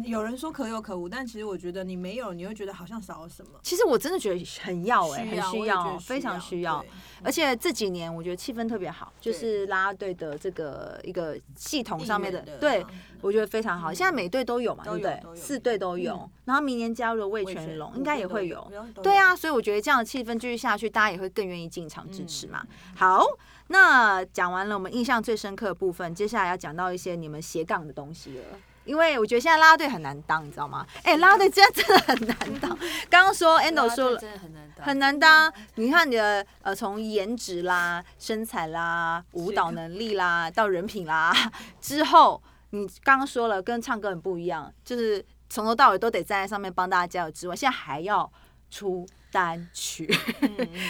有人说可有可无，但其实我觉得你没有，你会觉得好像少了什么。
其实我真的觉得很要哎、
要，
很需
我也觉
要，
得
非常需要
对。
而且这几年我觉得气氛特别好，就
对
是啦啦队的这个一个系统上面的，
应援的
对
嗯
我觉得非常好。现在每队都有嘛，对
都
不
有
对
都？有嗯
四队都有，然后明年加入了魏全龙，应该也会有。。对
对
啊，，所以我觉得这样的气氛继续下去，大家也会更愿意进场支持嘛。好，那讲完了我们印象最深刻的部分，接下来要讲到一些你们斜杠的东西了。因为我觉得现在啦啦队很难当，你知道吗？哎、啦啦队真的真的很难当。刚刚说 Ando 说了，
啊真的很难打，
很难当。你看你的呃，从颜值啦、身材啦、舞蹈能力啦，到人品啦， 之后你刚刚说了，跟唱歌很不一样，就是从头到尾都得站在上面帮大家加油之外，现在还要出单曲，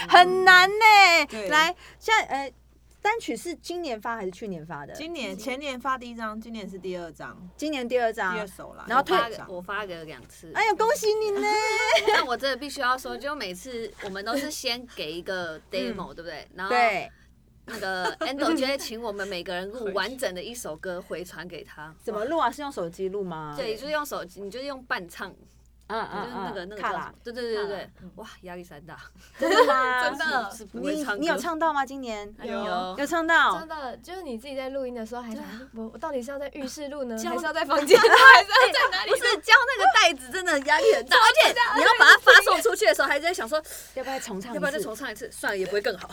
很难呢、
对
来，现在呃，单曲是今年发还是去年发的？今
今年前年发第一张，今年是第二张，
年第二张
第。二首啦。
啊然后
我发
哦退
给我发给两次，
哎呀，恭喜你呢！
但我真的必须要说，就每次我们都是先给 一个 demo，、对不对？然
嗯
后
对，
那个 Endo 就会请我们每个人录完整的一首歌回传给他。
怎么录啊？是用手机录吗？
对，就是用手机，你就是用伴唱，
嗯，
就
嗯
是
嗯
那个那个
卡
叫什
拉嗯
么，对对对对对，哇，压力山大，
真的吗？
真的
是不会
你
唱歌。
你有唱到吗？今年
哎呦？
有唱到
真，的就是你自己在录音的时候还想，我我到底是要在浴室录呢，
样
还是要在房间录，还是要在哪里
不？是教那个袋子真的压力很大，而且你要把它发送出去的时候，还在想说
要不要再重唱一
要不要再
次？
重唱一次，算了，也不会更好，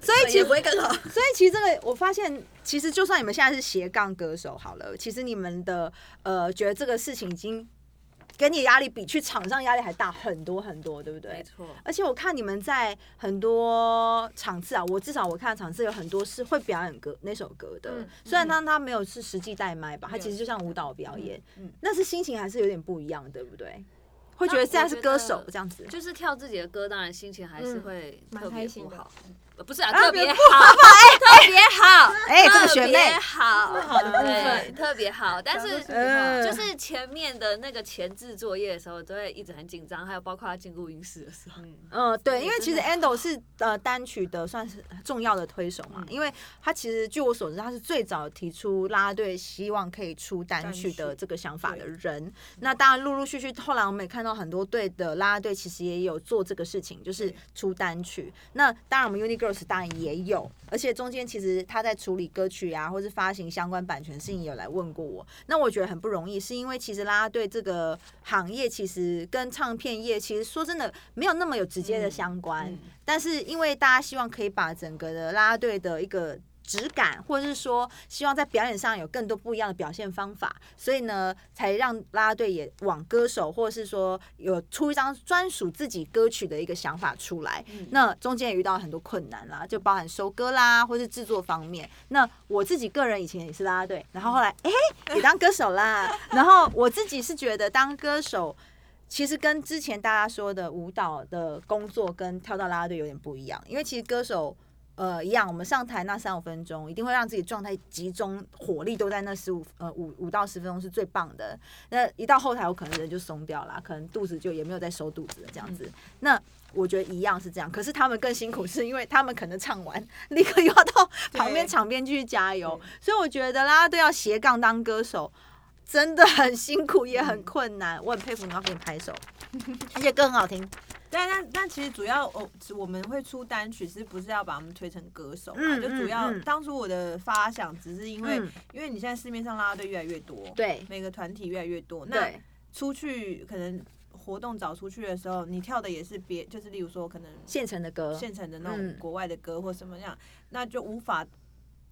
所哎以其
也
实
不，会更好。
所以其实这个我发现，其实就算你们现在是斜杠歌手好了，其实你们的呃，觉得这个事情已经给你压力比去场上压力还大很多很多，对不
没
对？
错，
而且我看你们在很多场次啊，我至少我看的场次有很多是会表演歌那首歌的，
嗯
虽然他他没有是实际带麦吧，他
没有
其实就像舞蹈表演，
嗯嗯
那是心情还是有点不一样，对不对？会觉得
那
现在
我
是
觉
歌
得
手这样子，
就是跳自己的歌，当然心情还是
嗯
会
蛮
特别
开心
不
的
好，呃不是啊，
啊
特
别
别好， 特别好，
哎这个
特
学妹
别好，
好的部
对，
分，
特别好，但是
讲。得
嗯
出去
就
话
是前面的那个前置作业的时候，都会一直很紧张，还有包括他进录音室的时候，
嗯
嗯，对，因为
真
其实
的
Ando 是呃单曲的算是重要的推手嘛，因为他其实据我所知，他是最早提出啦啦队希望可以出单
单
曲的
曲
这个想法的
对
人。那当然，陆陆续续后来我们也看到很多队的啦啦队其实也有做这个事情，就是
对
出单曲。那当然，我们 Uni Girls 当然也有，而且中间其实他在处理歌曲啊，或是发行相关版权事情也有来问过我。那我觉得很不容易，是因为其实啦啦队这个行业其实跟唱片业其实说真的没有那么有直接的相关，
嗯
但是因为大家希望可以把整个的啦啦队的一个质感，或者是说希望在表演上有更多不一样的表现方法，所以呢，才让啦啦队也往歌手，或者是说有出一张专属自己歌曲的一个想法出来。那中间也遇到很多困难啦，就包含收歌啦，或是制作方面。那我自己个人以前也是啦啦队，然后后来哎、也当歌手啦，然后我自己是觉得当歌手。其实跟之前大家说的舞蹈的工作跟跳到啦啦队有点不一样，因为其实歌手呃一样，我们上台那三五分钟一定会让自己状态集中，火力都在那十五呃五五到十分钟是最棒的。那一到后台，我可能人就松掉了，可能肚子就也没有再收肚子了这样子。那我觉得一样是这样，可是他们更辛苦，是因为他们可能唱完立刻又要到 旁边
对
场边去加油，所以我觉得啦啦队要斜杠当歌手。真的很辛苦，也很困难。我很佩服你，要给你拍手， 而且歌很好听。
但但但其实主要哦，我们会出单曲是不是要把他们推成歌手嘛？
嗯
就主要、
嗯嗯
当初我的发想只是因为、
嗯
因为你现在市面上拉队越来越多，，
对
每个团体越来越多，那
对，
出去可能活动找出去的时候，你跳的也是别，就是例如说可能
现成的歌，
现成的那
嗯
种国外的歌或什么样，那就无法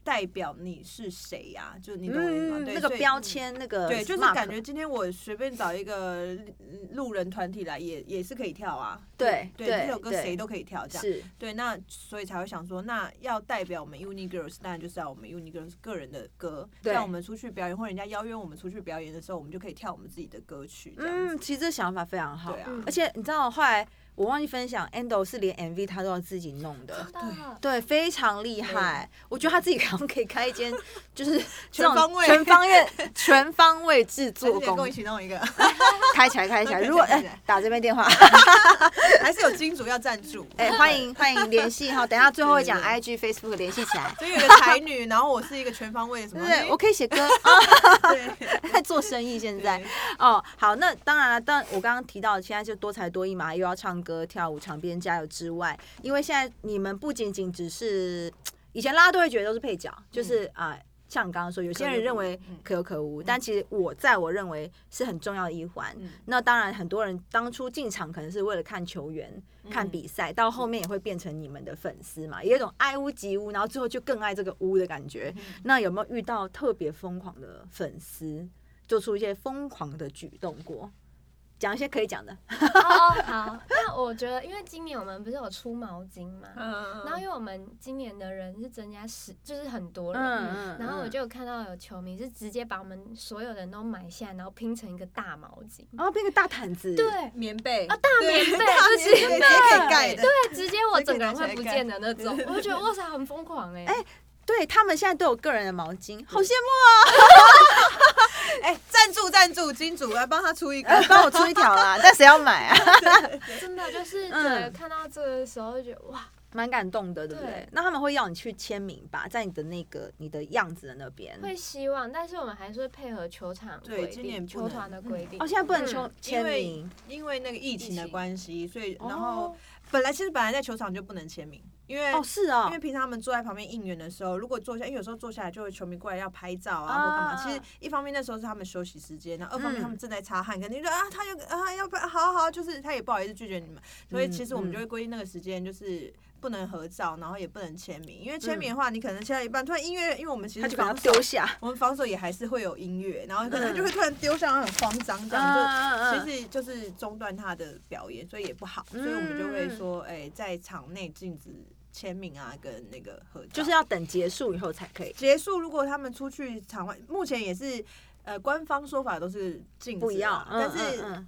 代表你是谁呀、就你懂我意思吗？
嗯，
对，
那个
所以
标。签，那个
对，就是
mark
感觉今天我随便找一个嗯路人团体来，也也是可以跳啊。
对
对，
对
这首歌
对
谁都可以跳，这样。
是
对，那所以才会想说，那要代表我们 Uni Girls，当然就是要我们 Uni Girls 个人的歌。
对
像我们出去表演，或人家邀约我们出去表演的时候，我们就可以跳我们自己的歌曲，这样子。
嗯，其实这想法非常好，
对啊，
而且你知道后来我忘记分享，Ando 是连 MV 他都要自己弄的。
哦
对，非常厉害。我觉得他自己好像可以开一间，就是这种
全方位
全方位、全方位制
还是
作
你也跟我
工
一，起 弄一个，
开起来，开起来。
对
如果
开起来
哎，打这边电话，
还是有金主要赞助。
哎，欢迎欢迎联系哈。等一下最后会讲
对
IG、Facebook 联系起来，
所以有一个才女，然后我是一个全方位的什
对
么？哎
不对？我可以写歌啊，
对
在做生意现在
对。
哦，好，那当然了，但我刚刚提到，现在就多才多艺嘛，又要唱歌、跳舞、场边加油之外，因为现在你们不仅仅只是以前拉都会觉得都是配角，就是啊、像你刚刚说，有些人认为
嗯
可有可无，但其实我在我认为是很重要的一环。
嗯
那当然，很多人当初进场可能是为了看球员、
嗯
看比赛，到后面也会变成你们的粉丝嘛，有一种爱屋及乌，然后最后就更爱这个屋的感觉。
嗯
那有没有遇到特别疯狂的粉丝，做出一些疯狂的举动过？讲一些可以讲的，
哦，好，那我觉得，因为今年我们不是有出毛巾嘛，
嗯，
然后因为我们今年的人是增加十，就是很多人，
嗯嗯
然后我就有看到有球迷是直接把我们所有人都买下来，然后拼成一个大毛巾，
然后哦变个大毯子，
对，
棉被
啊，大棉被，
大棉被
就是
直接可以盖的，
对，直接我整个人会不见的那种，
对
我就觉得哇塞，很疯狂哎、
哎对他们现在都有个人的毛巾，好羡慕，
哎，赞助赞助，金主来帮他出一个，
呃帮我出一条 啦，但谁要买啊？
真的就是
嗯
觉得看到这个的时候，就觉得哇，
蛮感动的，对不对
对？
那他们会要你去签名吧，在你的那个你的样子的那边。
会希望，但是我们还是会配合球场
对
规
今年
定、
不
球
能
团的规定。
哦，现在不能签
嗯
签
因为
名，
因为那个疫情
疫
的
情
关系，所以然
哦
后本来其实本来在球场就不能签名，因为
哦，是哦
因为，平常他们坐在旁边应援的时候，如果坐下，因为有时候坐下来就会球迷过来要拍照啊或干
啊
嘛。其实一方面那时候是他们休息时间，然后二方面
嗯
他们正在擦汗，肯定就啊他又啊要不要好好，就是他也不好意思拒绝你们，所以
嗯
其实我们
嗯
就会规定那个时间就是。不能合照，然后也不能签名，因为签名的话，你可能签到一半，突然音乐，因为我们其
嗯他
实
就把它
防守
丢，下，
我们防守也还是会有音乐，然后可
嗯
能他就会突然丢上，然后很慌张这样，就
嗯
其实就是中断他的表演，所以也不好，所以我们就会说，哎、在场内禁止签名啊，跟那个合照。
就是要等结束以后才可以。
结束，如果他们出去场外，目前也是。呃，官方说法都是禁止啊，
不要，嗯
但是
嗯嗯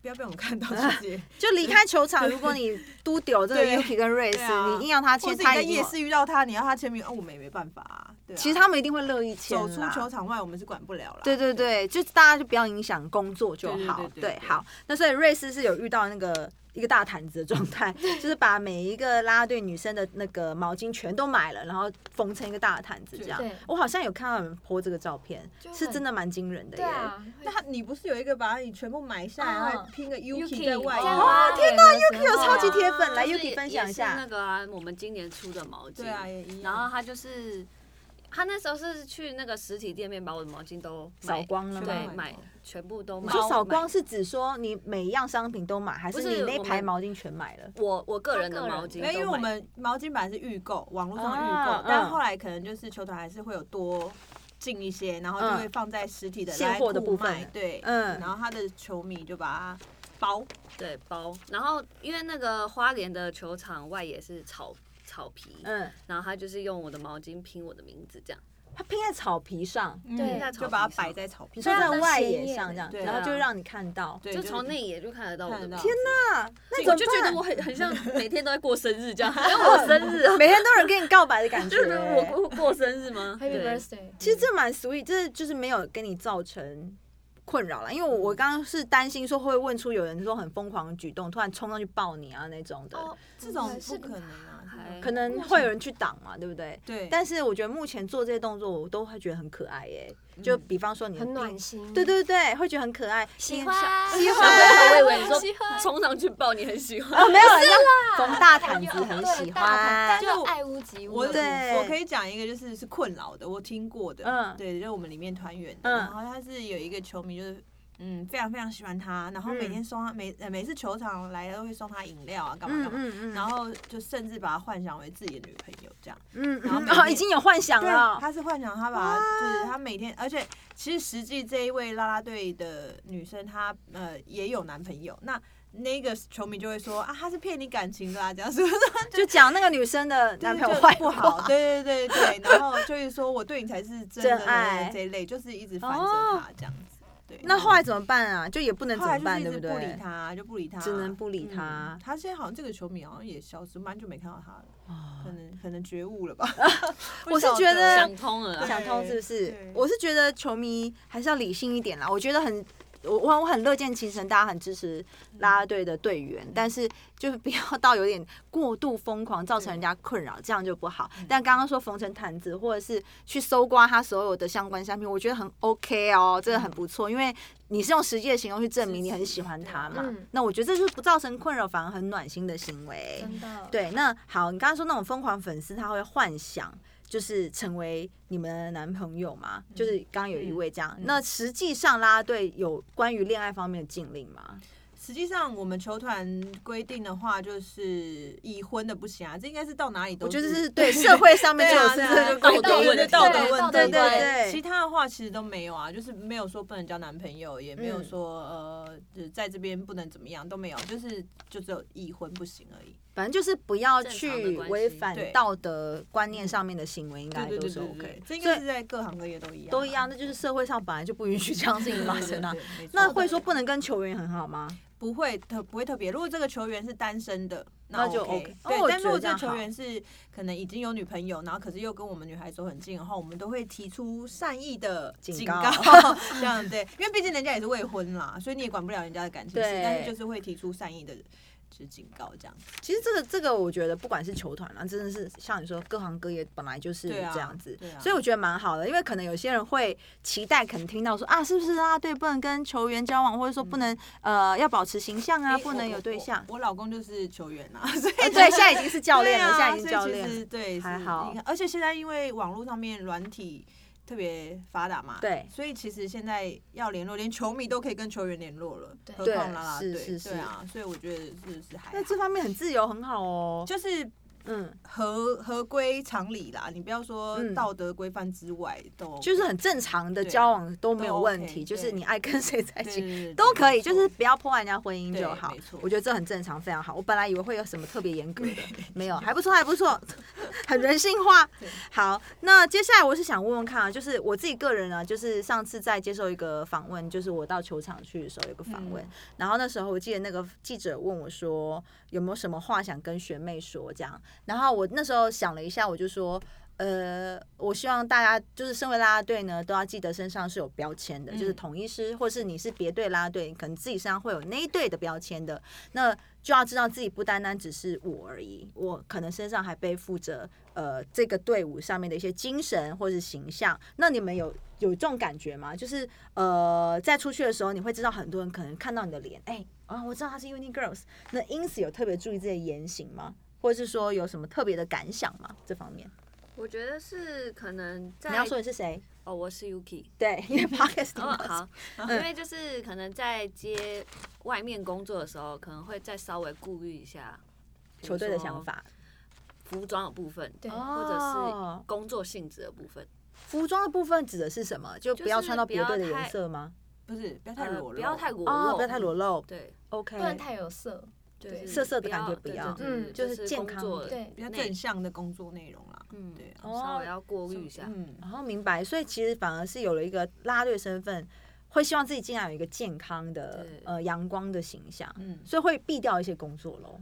不要被我们看到 自己，
就离开球场。如果你嘟丢这个
对
Yuki 跟 Race，、
对啊
你硬要他
或
签，
者你
他
在
一定
夜
有
市遇到他，你要他签名，哦，我们也没办法啊。对啊，
其实他们一定会乐意签
走出
啦
球场外，我们是管不了啦。
对对对，就大家就不要影响工作就好。
对对对对对
好。那所以瑞斯是有遇到那个一个大毯子的状态，就是把每一个啦啦队女生的那个毛巾全都买了，然后缝成一个大毯子这样
对。
我好像有看到你们 po 这个照片
就，
是
很
真的蛮惊人的
对
耶。
啊，
那他你不是有一个把你全部埋下来，然后
嗯
拼个 Yuki
Yuki，
在外
哦
面？
天哪，Yuki
有超级
对啊
铁粉，来
就是
Yuki 分享一
也是那
下。
个啊，我们今年出的毛巾，
对啊，也一样。
然后他就是他那时候是去那个实体店面把我的毛巾都买
扫，光了
对，
吗？
买全部都
你
买。
说扫
买
光是指说你每一样商品都买，还是
不
你
是
那
我
排
们
毛巾全买了？
我我个人
他
的
个人
毛巾
因
都买，
为因为我们毛巾本来是预购，网络上预购，
啊
但
嗯
后来可能就是球团还是会有多进一些，然后就
嗯
会放在实体的
现货的部分
来库卖对，
嗯
然后他的球迷就把它包，
对包，然后因为那个花莲的球场外也是草草皮，
嗯，
然后他就是用我的毛巾拼我的名字这样。
它拼在草皮上，
嗯
对
在草
就把
皮
它摆
上
在草皮
你
上
说
对啊
在
那
外
显
野
眼
上这样，
对
然后就
啊
让你看到。
对，
就
就是
从内眼就看得到我的
看得
名
到
字，
那那怎
我就
么
觉
办
得我很很像 每天都在过生日这样，好像我生日啊，
每天都有人跟你告白的感 觉欸
就。是我过过生日吗
Happy
对
Birthday，
其实这蛮 sweet，这就是没有跟你造成困扰了，因为
嗯
我我刚刚是担心说会不会问出有人说很疯狂的举动，突然冲上去抱你啊那种的，
哦，
这种不
是
可能啊，这种
还
可能会有人去挡嘛，对不对？
对，
但是我觉得目前做这些动作，我都会觉得很可爱耶、
嗯
就比方说你的
很
冰
暖心，
对对对，会觉得很可爱。
喜
冰
欢
箱
喜
小朋友我以为 你说
喜欢
冲上去抱你很喜欢，
哦，没有人家冯大毯子
对
很喜
大
欢
头，就爱屋及乌
我
的部
对
分。
我可以讲一个，就是是困扰的，我听过
啊
的，
嗯
对，就是我们里面团员的，
嗯
然后他是有一个球迷，就是嗯非常非常喜欢他，然后每
嗯
天送他每呃每次球场来都会送他饮料啊，干嘛
嗯
干嘛，
嗯嗯，
然后就甚至把他幻想为自己的女朋友这样，
嗯
然后
嗯
每
哦，
天
已经有幻想
对
了，，
他是幻想他把他就是他每天，而且其实实际这一位啦啦队的女生她呃也有男朋友，那那个球迷就会说啊他是骗你感情的啦，这样说。
就讲那个女生的男朋友
就
坏
不好，
话。
对对对对，然后就是说我对你才是真
真
的
爱
这一类，就是一直烦
哦
着他这样子。对，
那后来怎么办啊？就也不能怎
后来
么
就
办，
是
对
一直
对？
不理他，就不理他，
只能不理
嗯
他
他现在好像这个球迷好像也消失，蛮久没看到他了，
哦
可能可能觉悟了吧。
我是
不晓
觉得
想通了啊。
想通是不是
对？
我是觉得球迷还是要理性一点啦。我觉得很，我我我很乐见其成，大家很支持啦啦队的队员，但是就是不要到有点过度疯狂，造成人家困扰，这样就不好。但刚刚说缝成毯子，或者是去搜刮他所有的相关商品，我觉得很 OK 哦，这个很不错，因为。你是用实际的行动去证明你很喜欢他嘛？
嗯
那我觉得这就是不造成困扰，反而很暖心的行为。
真的，
对，那好，你刚刚说那种疯狂粉丝，他会幻想就是成为你们的男朋友嘛？就是
嗯
刚刚有一位这样。那实际上啦啦队有关于恋爱方面的禁令吗？
实际上，我们球团规定的话，就是已婚的不行啊，这应该是到哪里都
我觉得 是 对社会上面
对
就有
啊，
是
对
这
啊
个
道
规
德
定
问题
道
道
德
德
问题，
问
对
题
对对
其他的话其实都没有啊，就是没有说不能交男朋友，也没有
嗯
说、呃就是在这边不能怎么样，都没有，就是就只有已婚不行而已。
反正就是不要
正常
去
的关
违
系
反
对嗯
道德观念上面的行为，应该
对
都
对
是
对对
OK
对。，这应
所
该
以
是在各行各业都一样啊，
都一样，那就是社会上本来就不允许这样的事情发
对。
生
对
啊。
对没错
那会说不能跟球员很好吗？
不会特不会特别，如果这个球员是单身的，
那就 OK
OK。
哦我
对，但
觉
如
得这
果这个
样
球员是可能已经有女朋友，然后可是又跟我们女孩子都很近的话，我们都会提出善意的
警
警
告
这样对，因为毕竟人家也是未婚啦，所以你也管不了人家的感情
对
事，但是就是会提出善意的就是警告这样。
其实这个这个，我觉得不管是球团啊，真的是像你说，各行各业本来就是
对啊
这样子，
对啊
所以我觉得蛮好的。因为可能有些人会期待，可能听到说啊，是不是啊，对，不能跟球员交往，或者说不能、呃要保持形象啊，
嗯诶
不能
我
有
我
对象。
我我老公就是球员啊，所以
啊对，现在已经 是教练了，
对
现
啊
在已经教练
所以其
了。
实对，
还
是
好
你看而且现在因为网络上面软体特别发达嘛，
对
所以其实现在要联络，连球迷都可以跟球员联络了，
对
何况啦啦
对
队，
是是
对啊，所以我觉得是是还
那
好
这方面很自由，很好哦。
就是
嗯，
合合规常理啦，你不要说
嗯
道德规范之外都
就是很正常的
对
交往都没
都
有问
OK，
题，就是
对
你爱跟谁在一
对
起
对对对
哎都可以，
没错
就是不要破坏人家婚姻就
对
好
没错。
我觉得这很正常，非常好。我本来以为会有什么特别严格的，没有，还不错，还不错， 很人性化
对。
好，那接下来我是想问问看啊，就是我自己个人呢、啊就是上次在接受一个访问，就是我到球场去的时候有个访问，
嗯
然后那时候我记得那个记者问我说有没有什么话想跟学妹说这样，然后我那时候想了一下，我就说。呃，我希望大家就是身为啦啦队呢，都要记得身上是有标签的，就是
嗯
统一师，或是你是别队啦啦队，你可能自己身上会有那一队的标签的。那就要知道自己不单单只是我而已，我可能身上还背负着呃这个队伍上面的一些精神或是形象。那你们有有这种感觉吗？就是呃，在出去的时候，你会知道很多人可能看到你的脸，哎、啊、我知道他是 Uni Girls，那因此有特别注意自己的言行吗？或者是说有什么特别的感想吗？这方面，
我觉得是可能在
你要说的是谁？
哦，我是 Yuki。
对， 因为 podcast
哦，好，因为就是可能在接外面工作的时候，可能会再稍微顾虑一下比如
球队的
说
想法，
服装的部分，
对
或者
哦
是工作性质的部分，
服装的部分指的是什么？就不要
就是
穿到
不
别
要
队的颜
太
色吗？
不是不要太
呃，
裸露，
不要太裸
哦，
露，
不要太裸露。
对，
OK，
不能太有色。
就是
色色的感觉不
对
要
对对
嗯
对
就是健康
工作
对
比较
内
正向的工作内容啦。
嗯，
对啊，
哦
稍微要过滤一下，
嗯，
然后明白，所以其实反而是有了一个啦啦队身份，会希望自己尽量有一个健康的
对
呃阳光的形象，
嗯
所以会避掉一些工作咯。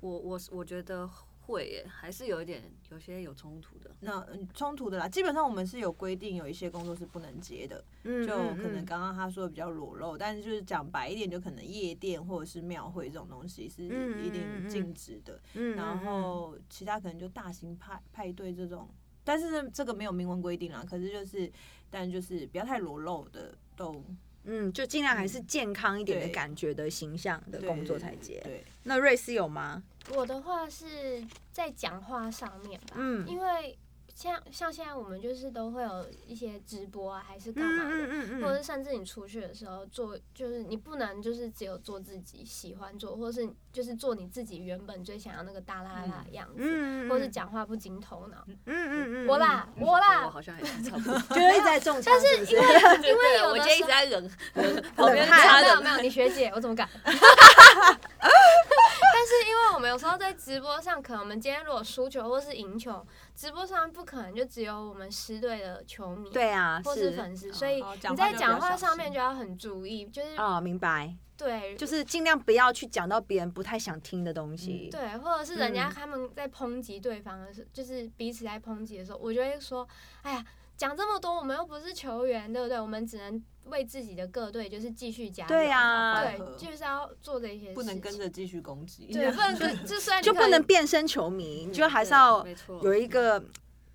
我我我觉得会耶，还是有一点有些有冲突的。
那嗯冲突的啦，基本上我们是有规定，有一些工作是不能接的，
嗯，
就
嗯
可能
嗯
刚刚他说的比较裸露，但是就是讲白一点，就可能夜店或者是庙会这种东西是
嗯嗯
一
嗯
定
嗯
禁止的。
嗯
然后其他可能就大型派派对这种，但是呢这个没有明文规定啦。可是就是，但就是不要太裸露的都
嗯，就尽量还是健康一点的
对
感觉的形象的工作才
接。
接。
对，
那瑞斯有吗？
我的话是在讲话上面吧，
嗯
因为像像现在我们就是都会有一些直播啊，还是干嘛的，
嗯
或者是甚至你出去的时候做，就是你不能就是只有做自己喜欢做，或是就是做你自己原本最想要那个大啦啦的样子，
嗯
或是，讲话不经头脑。
嗯嗯嗯，嗯
我啦，我
我
啦，
好像还是 差不多，
就是一直在中枪，但是因为
因为
对
有
我
的
今天一
时
直
候。
在忍，
没
旁
有
边
没
插嗯
有
的
没有，你学姐，我怎么敢？ 但是因为我们有时候在直播上，可能我们今天如果输球或是赢球，直播上不可能就只有我们师队的球 迷，，
对啊，
或是粉丝，所以
哦讲
你
话
在
就比
讲
较
话
小
上
心
面就要很注意，就是
哦，明白，
对，
就是尽量不要去讲到别人不太想听的东西。
对，或者是人家
嗯
他们在抨击对方的时候，就是彼此在抨击的时候，我就会说，哎呀，讲这么多，我们又不是球员，对不对？我们只能为自己的各队就是继续加油。
对啊
对
配合，
就是要做这些事情，
不能跟着继续攻击。
对，不能跟，就算你
就
可
不能变身球迷，你就还是要
嗯没错，
有一个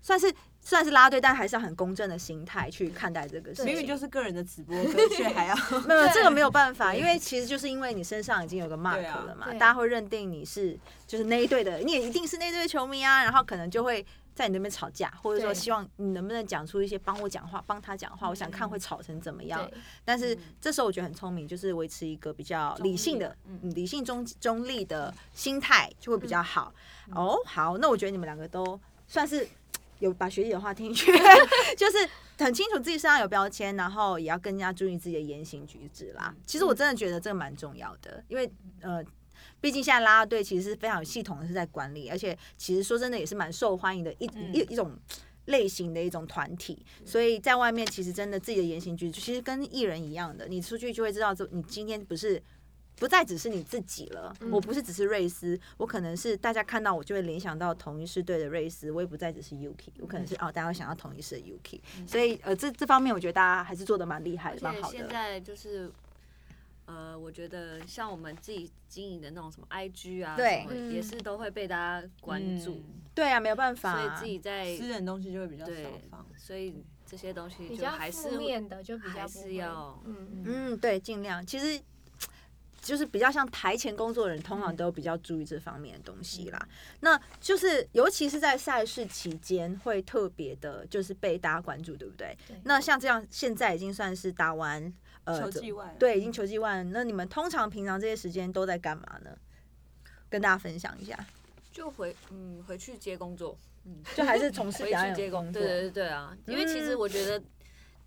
算是算是拉队，但还是要很公正的心态去看待这个事情。
明明就是个人的 直播，可是却还要
没有没有这个
对
没有办法，因为其实就是因为你身上已经有个 mark
对啊
了嘛，
对
大家会认定你是就是那一队的，你也一定是那一队的球迷啊，然后可能就会。在你那边吵架，或者说
对
希望你能不能讲出一些帮我讲话、帮他讲话，我想看会吵成怎么样。
对
但是这时候我觉得很聪明，就是维持一个比较理性的、
中立的
嗯理性中中立的心态，就会比较好。哦，好，那我觉得你们两个都算是有把学姐的话听进去，就是很清楚自己身上有标签，然后也要更加注意自己的言行举止啦。其实我真的觉得这个蛮重要的，因为呃。毕竟现在啦啦队其实是非常有系统的是在管理，而且其实说真的也是蛮受欢迎的一、
嗯
一一种类型的一种团体，所以在外面其实真的自己的言行举止其实跟艺人一样的，你出去就会知道，这你今天不是不再只是你自己了，
嗯
我不是只是瑞斯，我可能是大家看到我就会联想到同一师队的瑞斯，我也不再只是 Yuki，我可能
嗯
是哦大家会想到同一师的 Yuki，所以呃这这方面我觉得大家还是做的蛮厉害
而
的，蛮
且
好
现
的。
在就是。呃，我觉得像我们自己经营的那种什么 IG 啊，
对
什么也是都会被大家关注，
对啊，没有办法
所以
啊，
自己在
嗯，私人东西就会比较少
对
放。，
所以这些东西
比
就
较
还是
负面的就比较
还
不
是
会
要
嗯，
嗯，对，尽量。其实就是比较像台前工作人，通常都比较注意这方面的东西啦。那就是尤其是在赛事期间，会特别的，就是被大家关注，对不对？
对
那像这样，现在已经算是打完呃
球
这
季外
对，已经球季完。那你们通常平常这些时间都在干嘛呢？跟大家分享一下，
就回嗯回去接工作，嗯，
就还是从 事
回
表
去
演
接
工
工，
作
对。对对对啊，因为其实
嗯
我觉得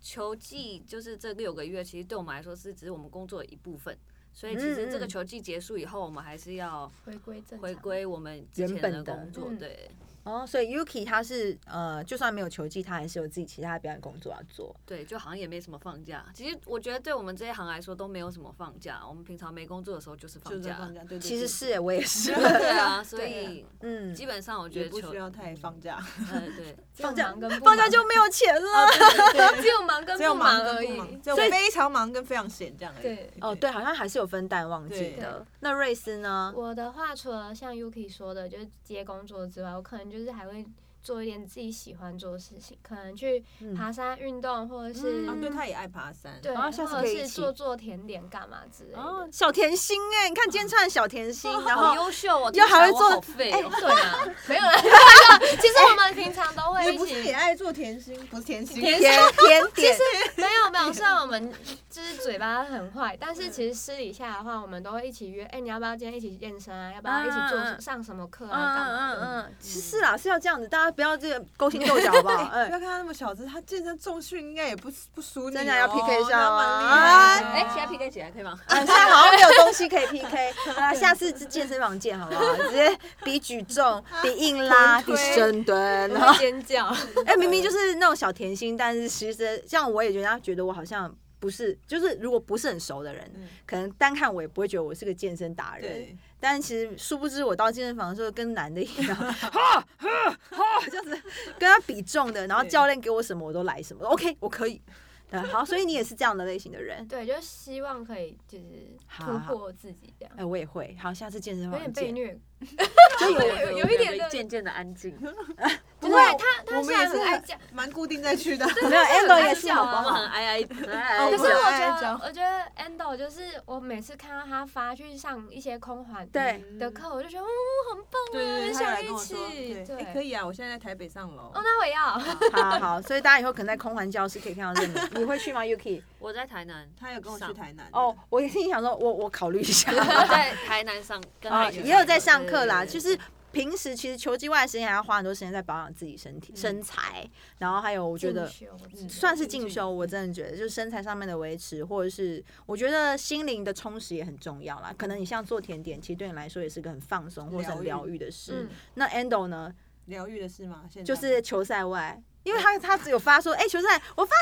球季就是这六个月，其实对我们来说是只是我们工作的一部分，所以其
嗯嗯
实这个球季结束以后，我们还是要
回归正常
回归我们之
原
前
本的
工作，
嗯
对，
哦，所以 Yuki 他是呃，就算没有球技，他还是有自己其他的表演工作要做。
对，就好像也没什么放假。其实我觉得对我们这一行来说都没有什么放假，我们平常没工作的时候就是
就
放
是
假。
放假，对，对
其
对
实是欸我也是，
对啊，所以
嗯，
基本上我觉
也
得
不
球
需要太放假，
呃对，
放
假
忙跟不
放假
忙
就没有钱了。
只有忙跟
只有
不
忙
而
跟不
已。
忙，只有非常忙跟非常闲这样而已。
对
哦，对，好像还是有分淡旺季
对
的。那瑞斯呢？
我的话，除了像 Yuki 说的，就是接工作之外，我可能就是还会做一点自己喜欢做的事情，可能去
嗯
爬山、运动，或者是、
啊，对，他也爱爬山，
嗯对，
啊
或
下次
者
可以一
是
起
做做甜点干嘛之类的。
哦，小甜心哎、你看今天穿的小甜心，然后
好优秀哦，
又还会
听起来我
做
好废
哎
哦。
对啊， 没有啦。其实我们平常都会
你
一
不是也
起，
爱做甜心，不是甜心，
甜甜点，
没有没有。虽然我们就是嘴巴很坏，但是其实私底下的话，我们都会一起约，哎，你要不要今天一起健身啊？要不要一起做
嗯嗯嗯
上什么课
嗯
啊？干嘛
嗯
的？
嗯嗯，是是啦，是要这样子，大家不要这个勾心斗角，好不好？
哎，不要
嗯，
看他那么小只，他健身重训应该也不不输你哦，
真的要 PK 一下
他
吗
蛮厉害的
哎，其他 PK 起来可以吗？
现在好像没有东西可以 PK，好啦，下次健身房见，好不好？直接比举重、比硬拉、比
臀推
深蹲，然后
会尖叫。
哎、明明就是那种小甜心，但是其实像我也觉得，他觉得我好像不是，就是如果不是很熟的人，
嗯
可能单看我也不会觉得我是个健身达人。
对，
但其实殊不知，我到健身房的时候跟男的一 样，哈哈哈，这样子跟他比重的，然后
对
教练给我什么我都来什么，OK，我可以。对，好，所以你也是这样的类型的人。
对，就是希望可以就是
好
突
好
破自己这样
哎、，我也会。好，下次健身
有点
房
被
见。
虐。
就有
有有一点的
渐渐的安静。
不
是
会，
啊
他
我
他
们
虽然
也是
很爱
很
讲，
蛮固定在去的，
没有 Amber 也是，
很
好不
好笑
我
啊
们
好
很？ 爱爱，
哦
哎可是我
爱
觉
讲
得我觉得 Endo 就是我每次看到他发去上一些空环
对
的课，我就觉得哦很
对
棒啊，
对对，他有来
很想
跟
一
我说，
起。
对，
对，
哎，可以啊，我现在在台北上楼
哦，，那我也要。
好好好，所以大家以后可能在空环教室可以看到这个 你。你会去吗，Yuki？
我在台南，
他有跟我去
上
台南
哦，，我心里想说，我我考虑一下。
我在台南上跟
啊，
他一起
也有在上
对
课啦，
对对
就是。平时其实球技外的时间还要花很多时间在保养自己身体、身材，然后还有我觉得嗯
进修之类
算是
进
进
修
修，我真的觉得就是身材上面的维持，或者是我觉得心灵的充实也很重要啦。可能你像做甜点，其实对你来说也是个很放松或是很
疗
疗
愈
愈的事
嗯。，
那 Endo 呢，
疗愈的事吗？现在
就是球赛外，因为他他只有发说，哎，球赛我放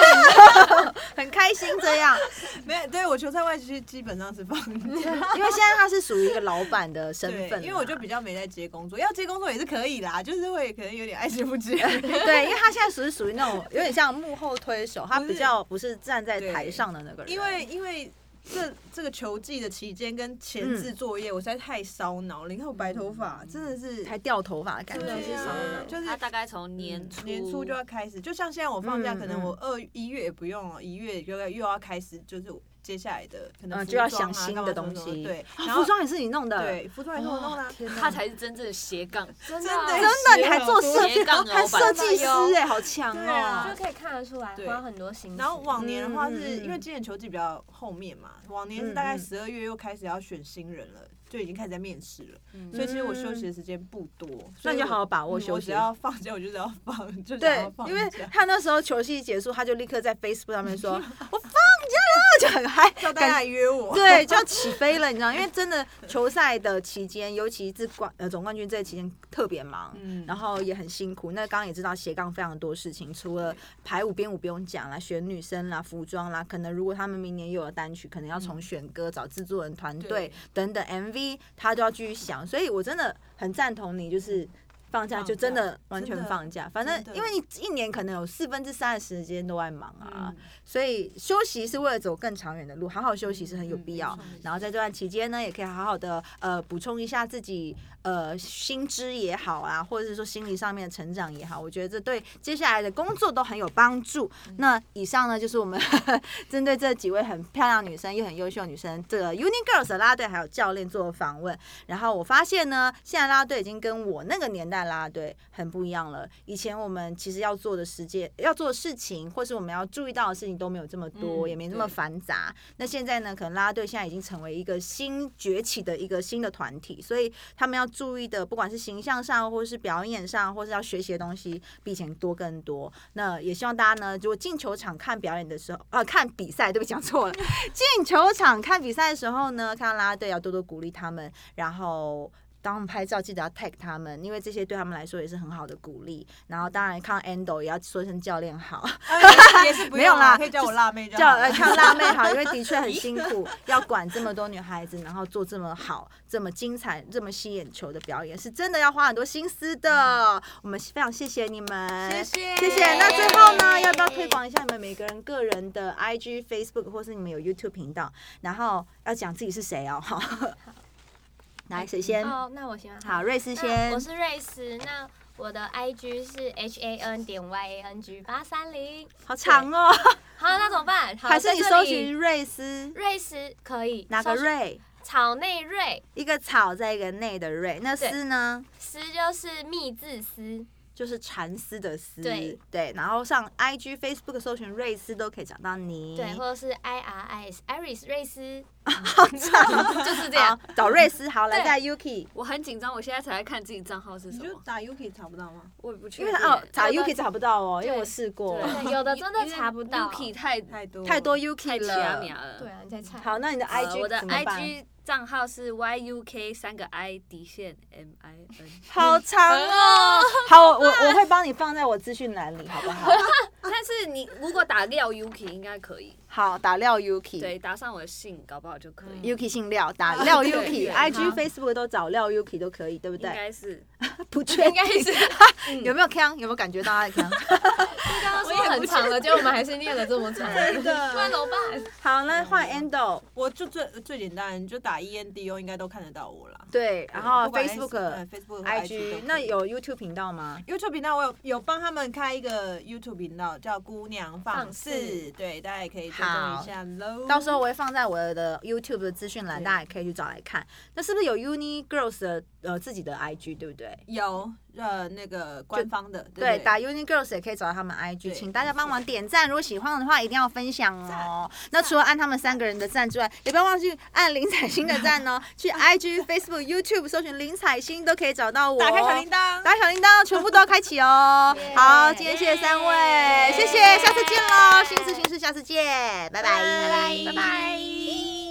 假了， 很开心这样。
没有，对我球赛外其实基本上 是放假。
因为现在他是属于一个老板的身
对
份，啦，
因为我就比较没在接工作，要接工作也是可以啦，就是会可能有点爱接不接。
对，因为他现在属于属于那种有点像幕后推手，他
不是
比较不是站在台上的那个人。
因为因为这这个球季的期间跟前
嗯
置作业，我实在太烧脑了。你看我白头发，真的是嗯
还掉头发的感
真
觉嗯
的
是
是
什
烧
么
脑，
呢？
就是嗯
他大概从年初
年初就要开始，就像现在我放假，
嗯
可能我二一月也不用了，一月就要又要开始，就是接下来的可能
嗯
服
就要
装啊
想新的
干嘛什么
东西
对，
啊
然
服
后
装哦也是你弄的，
对服装也是我弄的啊，
他才是真正的斜杠，
真
真的
的
真的你还做设
斜杠老
还
板
设计师
哎呦
哎，好强
对
哦
啊！
就可以看得出来
对
花很多心思。
然后往年的话是，
嗯嗯嗯
因为今年球季比较后面嘛，往年是大
嗯
概
嗯
十二月又开始要选新人了，就已经开始在面试了，所以其实我休息的时间不多，
嗯啊那
所以
你就
我
好好把
嗯
握休
我只
息。
要放假，我就是要放，就想
对
要，放
因为
假
他那时候球戏结束，他就立刻在 Facebook 上面说：“ 我放假了”，就很嗨，
叫大
感
家来约 我，
对，就要起飞了，你知道，因为真的球赛的期间，尤其是冠呃总冠军这期间特别忙，
嗯
然后也很辛苦。那刚刚也知道斜杠非常多事情，除了排舞编舞不用讲啦，选女生啦、服装啦，可能如果他们明年又有单曲，可能要从选歌、找制作人团队
对
等等 MV，他都要继续想。所以我真的很赞同你，就是。放假
放
就真的
假
完全
嗯真的
放假，反正
真的
因为你一年可能有四分之三的时间都在忙啊，
嗯
所以休息是为了走更长远的路，好好休息是很有必要。
嗯没错没错
然后在这段期间呢，也可以好好的呃补充一下自己呃心知也好啊，或者是说心理上面的成长也好，我觉得这对接下来的工作都很有帮助。
嗯
那以上呢就是我们针对这几位很漂亮女生又很优秀的女生，这个 Uni Girls 的啦啦队还有教练做的访问。然后我发现呢，现在啦啦队已经跟我那个年代啦啦队很不一样了。以前我们其实要做的时间、要做的事情，或是我们要注意到的事情都没有这么多，
嗯
也没这么
对
繁杂。那现在呢，可能啦啦队现在已经成为一个新崛起的一个新的团体，所以他们要注意的，不管是形象上，或是表演上，或是要学习的东西，比以前多更多。那也希望大家呢，如果进球场看表演的时候，呃，看比赛，对不起，讲错了，进球场看比赛的时候呢，看到啦啦队要多多鼓励他们，然后。当他们拍照记得要 tag 他们，因为这些对他们来说也是很好的鼓励。然后当然看 Ando 也要说声教练好，
哎也是不
没有
用啦，
啦
可以叫我辣妹就
叫
好了
呃看辣妹好，因为的确 很辛苦，要管这么多女孩子，然后做这么好、这么精彩、这么吸眼球的表演，是真的要花很多心思的。我们非常谢谢你们，
谢谢
谢谢。那最后呢，要不要推广一下你们每个人个人的 IG、Facebook，或是你们有 YouTube 频道？然后要讲自己是谁哦，好。来，谁先？
哦，那我先
好，瑞士
那
先
我。是瑞斯，那我的 IG 是 H A N 点 Y A N G 八三零。
好长哦，
好，那怎么办？好
还是你
在这
搜
里
寻瑞斯？
瑞斯可以？
哪个
搜寻？
瑞？
草内瑞
一个草在一个内的瑞，那
对
斯呢？
斯就是密字斯。
就是蚕丝的丝，
对
然后上 IG、Facebook 搜寻瑞丝都可以找到你。
对，或者是 I R I S Iris 瑞斯，
好长，
就是这
好
样。
找瑞丝。好，来
对
再来 Yuki，
我很紧张，我现在才在看自己账号是
你
什
就
么，
打 Yuki 查不到吗？
我也不确
因
定
为
欸。
哦找
有的
Yuki 找不到哦，因为
对
我试过，
对
对有的哎真的
因为
查不到
Yuki 太
太多
太多
太
Yuki
奇亚米亚
了。
了。
对啊，你在猜。
好，那你的
呃
IG
我的
怎么办
IG 账号是 yuk 三个 i 底线 m i n。
好长哦，好，我我会帮你放在我资讯栏里，好不好？
但是你如果打廖 Yuki 应该可以，
好，打廖 Yuki，
嗯
对，打上我的姓，搞不好就可以。
Yuki 姓廖，打廖
对
Yuki、
对
IG、
好
Facebook 都找廖 Yuki 都可以，对不
应
对？
该 是，
不确
应该
定
是
有没有 Kang，有没有感觉到他的 Kang？
刚刚说很长了，结 果我们还是念了这么长，
真的
那怎么办？
好，那换 Endo。
我就最最简单，你就打 E N D O 应该都看得到我啦。
对，然后
不管 S- 呃
Facebook、
Facebook 和 IG 都
IG，
可以
那有 YouTube 频道吗？
YouTube 频道，我有有帮他们开一个 YouTube 频道，叫“姑娘放
放
肆
肆”，
对，大家也可以追踪
好
一下喽。
到时候我会放在我的 YouTube 的资讯栏，
嗯对
大家也可以去找来看。那是不是有 Uni Girls 的呃自己的 IG，对不对？
有呃那个官方的，
对，
对不
打 Uni Girls 也可以找到他们 IG，
对
请大家帮忙点赞。如果喜欢的话，一定要分享哦。那除了按他们三个人的赞之外，也不要忘记按林采欣的赞哦。去 IG、Facebook、YouTube 搜寻林采欣都可以找到我。哦
打开小铃铛，
打小铃铛，全部都要开启 哦
耶。
好，今天谢谢三位，谢谢，下次见喽，新事新事，下次见，拜拜，
拜拜
拜拜。